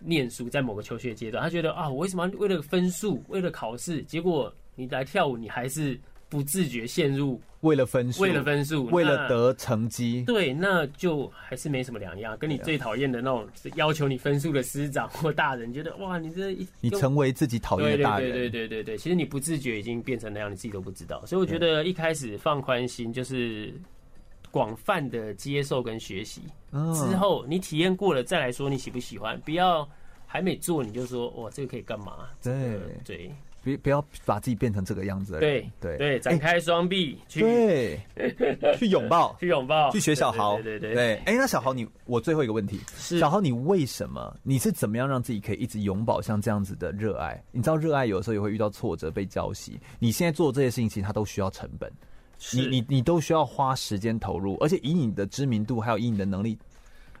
念书，在某个求学阶段，他觉得啊，我为什么要为了分数，为了考试，结果你来跳舞，你还是不自觉陷入
为了分数，
为了分数
为了
那
得成绩，
对，那就还是没什么两样，跟你
啊
最讨厌的那种要求你分数的师长或大人，觉得哇，你这一
你成为自己讨厌的大人，
对对对对对对，其实你不自觉已经变成那样，你自己都不知道。所以我觉得一开始放宽心，就是广泛的接受跟学习，
嗯
之后你体验过了再来说你喜不喜欢，不要还没做你就说哇这个可以干嘛？
对
嗯对
对，不不要把自己变成这个样子的人
对，
对哎
对，展开双臂去
对， 去拥抱
去拥抱
去学小豪，
对对对
对。哎，那小豪你，我最后一个问题，小豪，你为什么你是怎么样让自己可以一直拥抱像这样子的热爱？你知道，热爱有时候也会遇到挫折、被浇熄。你现在做这些事情，其实它都需要成本，你你你都需要花时间投入，而且以你的知名度还有以你的能力。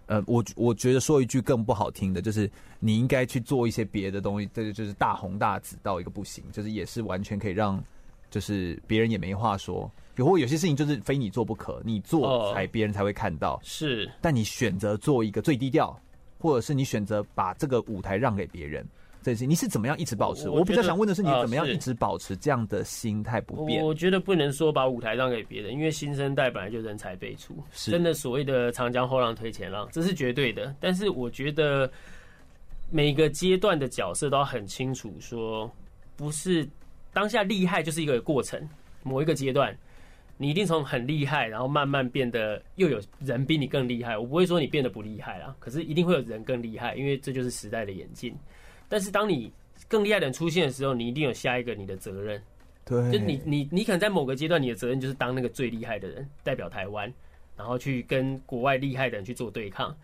呃，我我觉得说一句更不好听的，就是你应该去做一些别的东西，这就就是大红大紫到一个不行，就是也是完全可以让，就是别人也没话说。有或有些事情就是非你做不可，你做
哦
才别人才会看到。
是，
但你选择做一个最低调，或者是你选择把这个舞台让给别人，这件事情，你是怎么样一直保持？
我
我
我
比
觉
较
得
想问的是，你
呃
怎么样
是
一直保持这样的心态不变？
我觉得不能说把舞台让给别人，因为新生代本来就人才辈出，
是
真的所谓的长江后浪推前浪，这是绝对的。但是我觉得每个阶段的角色都要很清楚说不是当下厉害就是一个过程，某一个阶段。你一定从很厉害，然后慢慢变得又有人比你更厉害。我不会说你变得不厉害啊，可是一定会有人更厉害，因为这就是时代的演进。但是当你更厉害的人出现的时候，你一定有下一个你的责任。
对，
就你你你可能在某个阶段，你的责任就是当那个最厉害的人，代表台湾，然后去跟国外厉害的人去做对抗。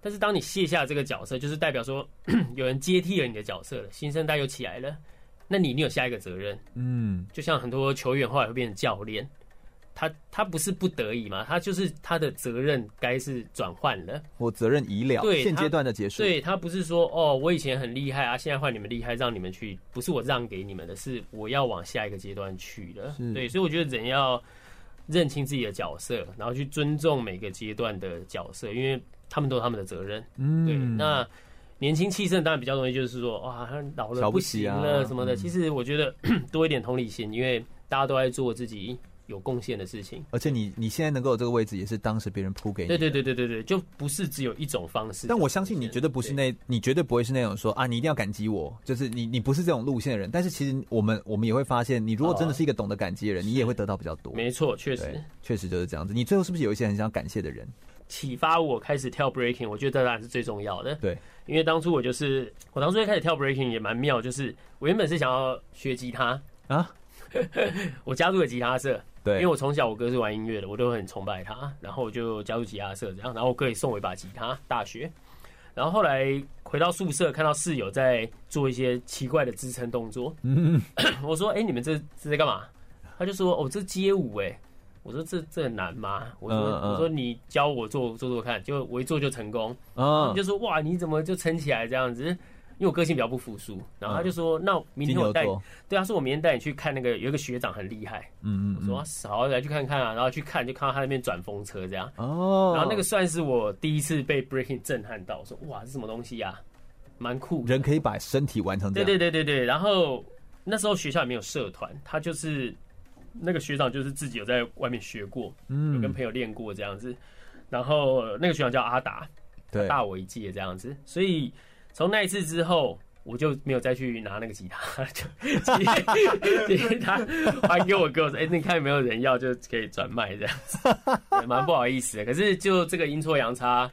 但是当你卸下这个角色，就是代表说 有人接替了你的角色了，新生代又起来了，那你你有下一个责任。
嗯，
就像很多球员后来会变成教练，他他不是不得已嘛，他就是他的责任该是转换了。
我责任已了，
对
现
他
阶段的结束。
对他不是说哦，我以前很厉害啊，现在换你们厉害，让你们去，不是我让给你们的，是我要往下一个阶段去的
是。
对，所以我觉得人要认清自己的角色，然后去尊重每个阶段的角色，因为他们都有他们的责任。
嗯，
对，那年轻气盛当然比较容易，就是说哇，他老
瞧
了
不
不
起
行
啊
了什么的。
嗯
其实我觉得 多一点同理心，因为大家都在做自己有贡献的事情。
而且你你现在能够有这个位置，也是当时别人铺给你的
对对对对对对，就不是只有一种方式。
但我相信你绝对不是那，你绝对不会是那种说啊，你一定要感激我，就是你你不是这种路线的人。但是其实我们我们也会发现，你如果真的是一个懂得感激的人，你也会得到比较多。
哦没错，确实
对。，确实就是这样子。你最后是不是有一些很想感谢的人？
启发我开始跳 breaking，我觉得当然是最重要的。
对，
因为当初我就是我当初一开始跳 breaking 也蛮妙，就是我原本是想要学吉他
啊，
我加入了吉他社。
对
因为我从小我哥是玩音乐的，我都很崇拜他，然后我就加入吉他社这样，然后我哥也送我一把吉他，大学。然后后来回到宿舍，看到室友在做一些奇怪的支撑动作，
嗯，
我说：“哎、你们这这在干嘛？”他就说：“哦，这街舞哎、我说：“这这很难吗？”我说：“
嗯嗯
我说你教我做做做看，就我一做就成功。”他
啊
们就说：“哇，你怎么就撑起来这样子？”因为我个性比较不服输，然后他就说：“那明天我
嗯
带
金
你
牛座，
对，他说我明天带你去看那个有一个学长很厉害，
嗯嗯
我说
嗯，
好好来去看看啊，然后去看就看到他那边转风车这样，
哦，
然后那个算是我第一次被 breaking 震撼到，说哇这什么东西呀、蛮酷的
人啊可以把身体完成这
对
样，对，
对对对对，然后那时候学校也没有社团，他就是那个学长就是自己有在外面学过，有跟
嗯，
朋友练过这样子，然后那个学长叫阿达，
对，
大我一届这样子，所以从那一次之后。我就没有再去拿那个吉他， 就吉吉他还给我哥，我说：“哎、你看有没有人要，就可以转卖这样子，对蛮不好意思的。可是就这个阴错阳差，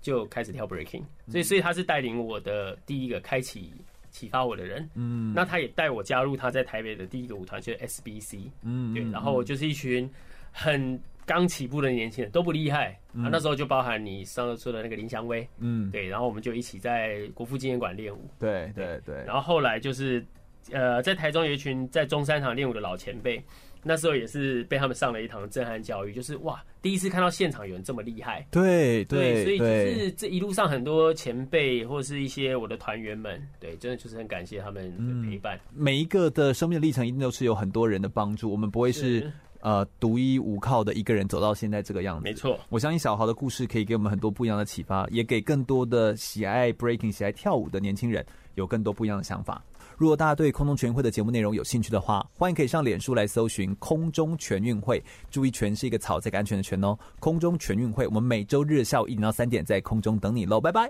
就开始跳 breaking，所
嗯
以所以他是带领我的第一个开启启发我的人。
嗯
那他也带我加入他在台北的第一个舞团，就是 SBC。
嗯
对，然后就是一群很刚起步的年轻人，都不厉害。啊，那时候就包含你上次说的那个林祥威，
嗯，
对，然后我们就一起在国父纪念馆练舞。
对对对，
然后后来就是，呃，在台中有一群在中山堂练舞的老前辈，那时候也是被他们上了一堂震撼教育，就是哇，第一次看到现场有人这么厉害。
对
对，所
对
以就
对，
是这一路上很多前辈或是一些我的团员们，对，真的就是很感谢他们
嗯
的陪伴。
每一个的生命的历程一定都是有很多人的帮助，我们不会是
是
呃独一无靠的一个人走到现在这个样子，
没错，
我相信小豪的故事可以给我们很多不一样的启发，也给更多的喜爱 breaking、喜爱跳舞的年轻人有更多不一样的想法。如果大家对空中全运会的节目内容有兴趣的话，欢迎可以上脸书来搜寻“空中全运会”，注意“全”是一个草这个安全的“全”哦。空中全运会，我们每周日下午一点到三点在空中等你喽，拜拜。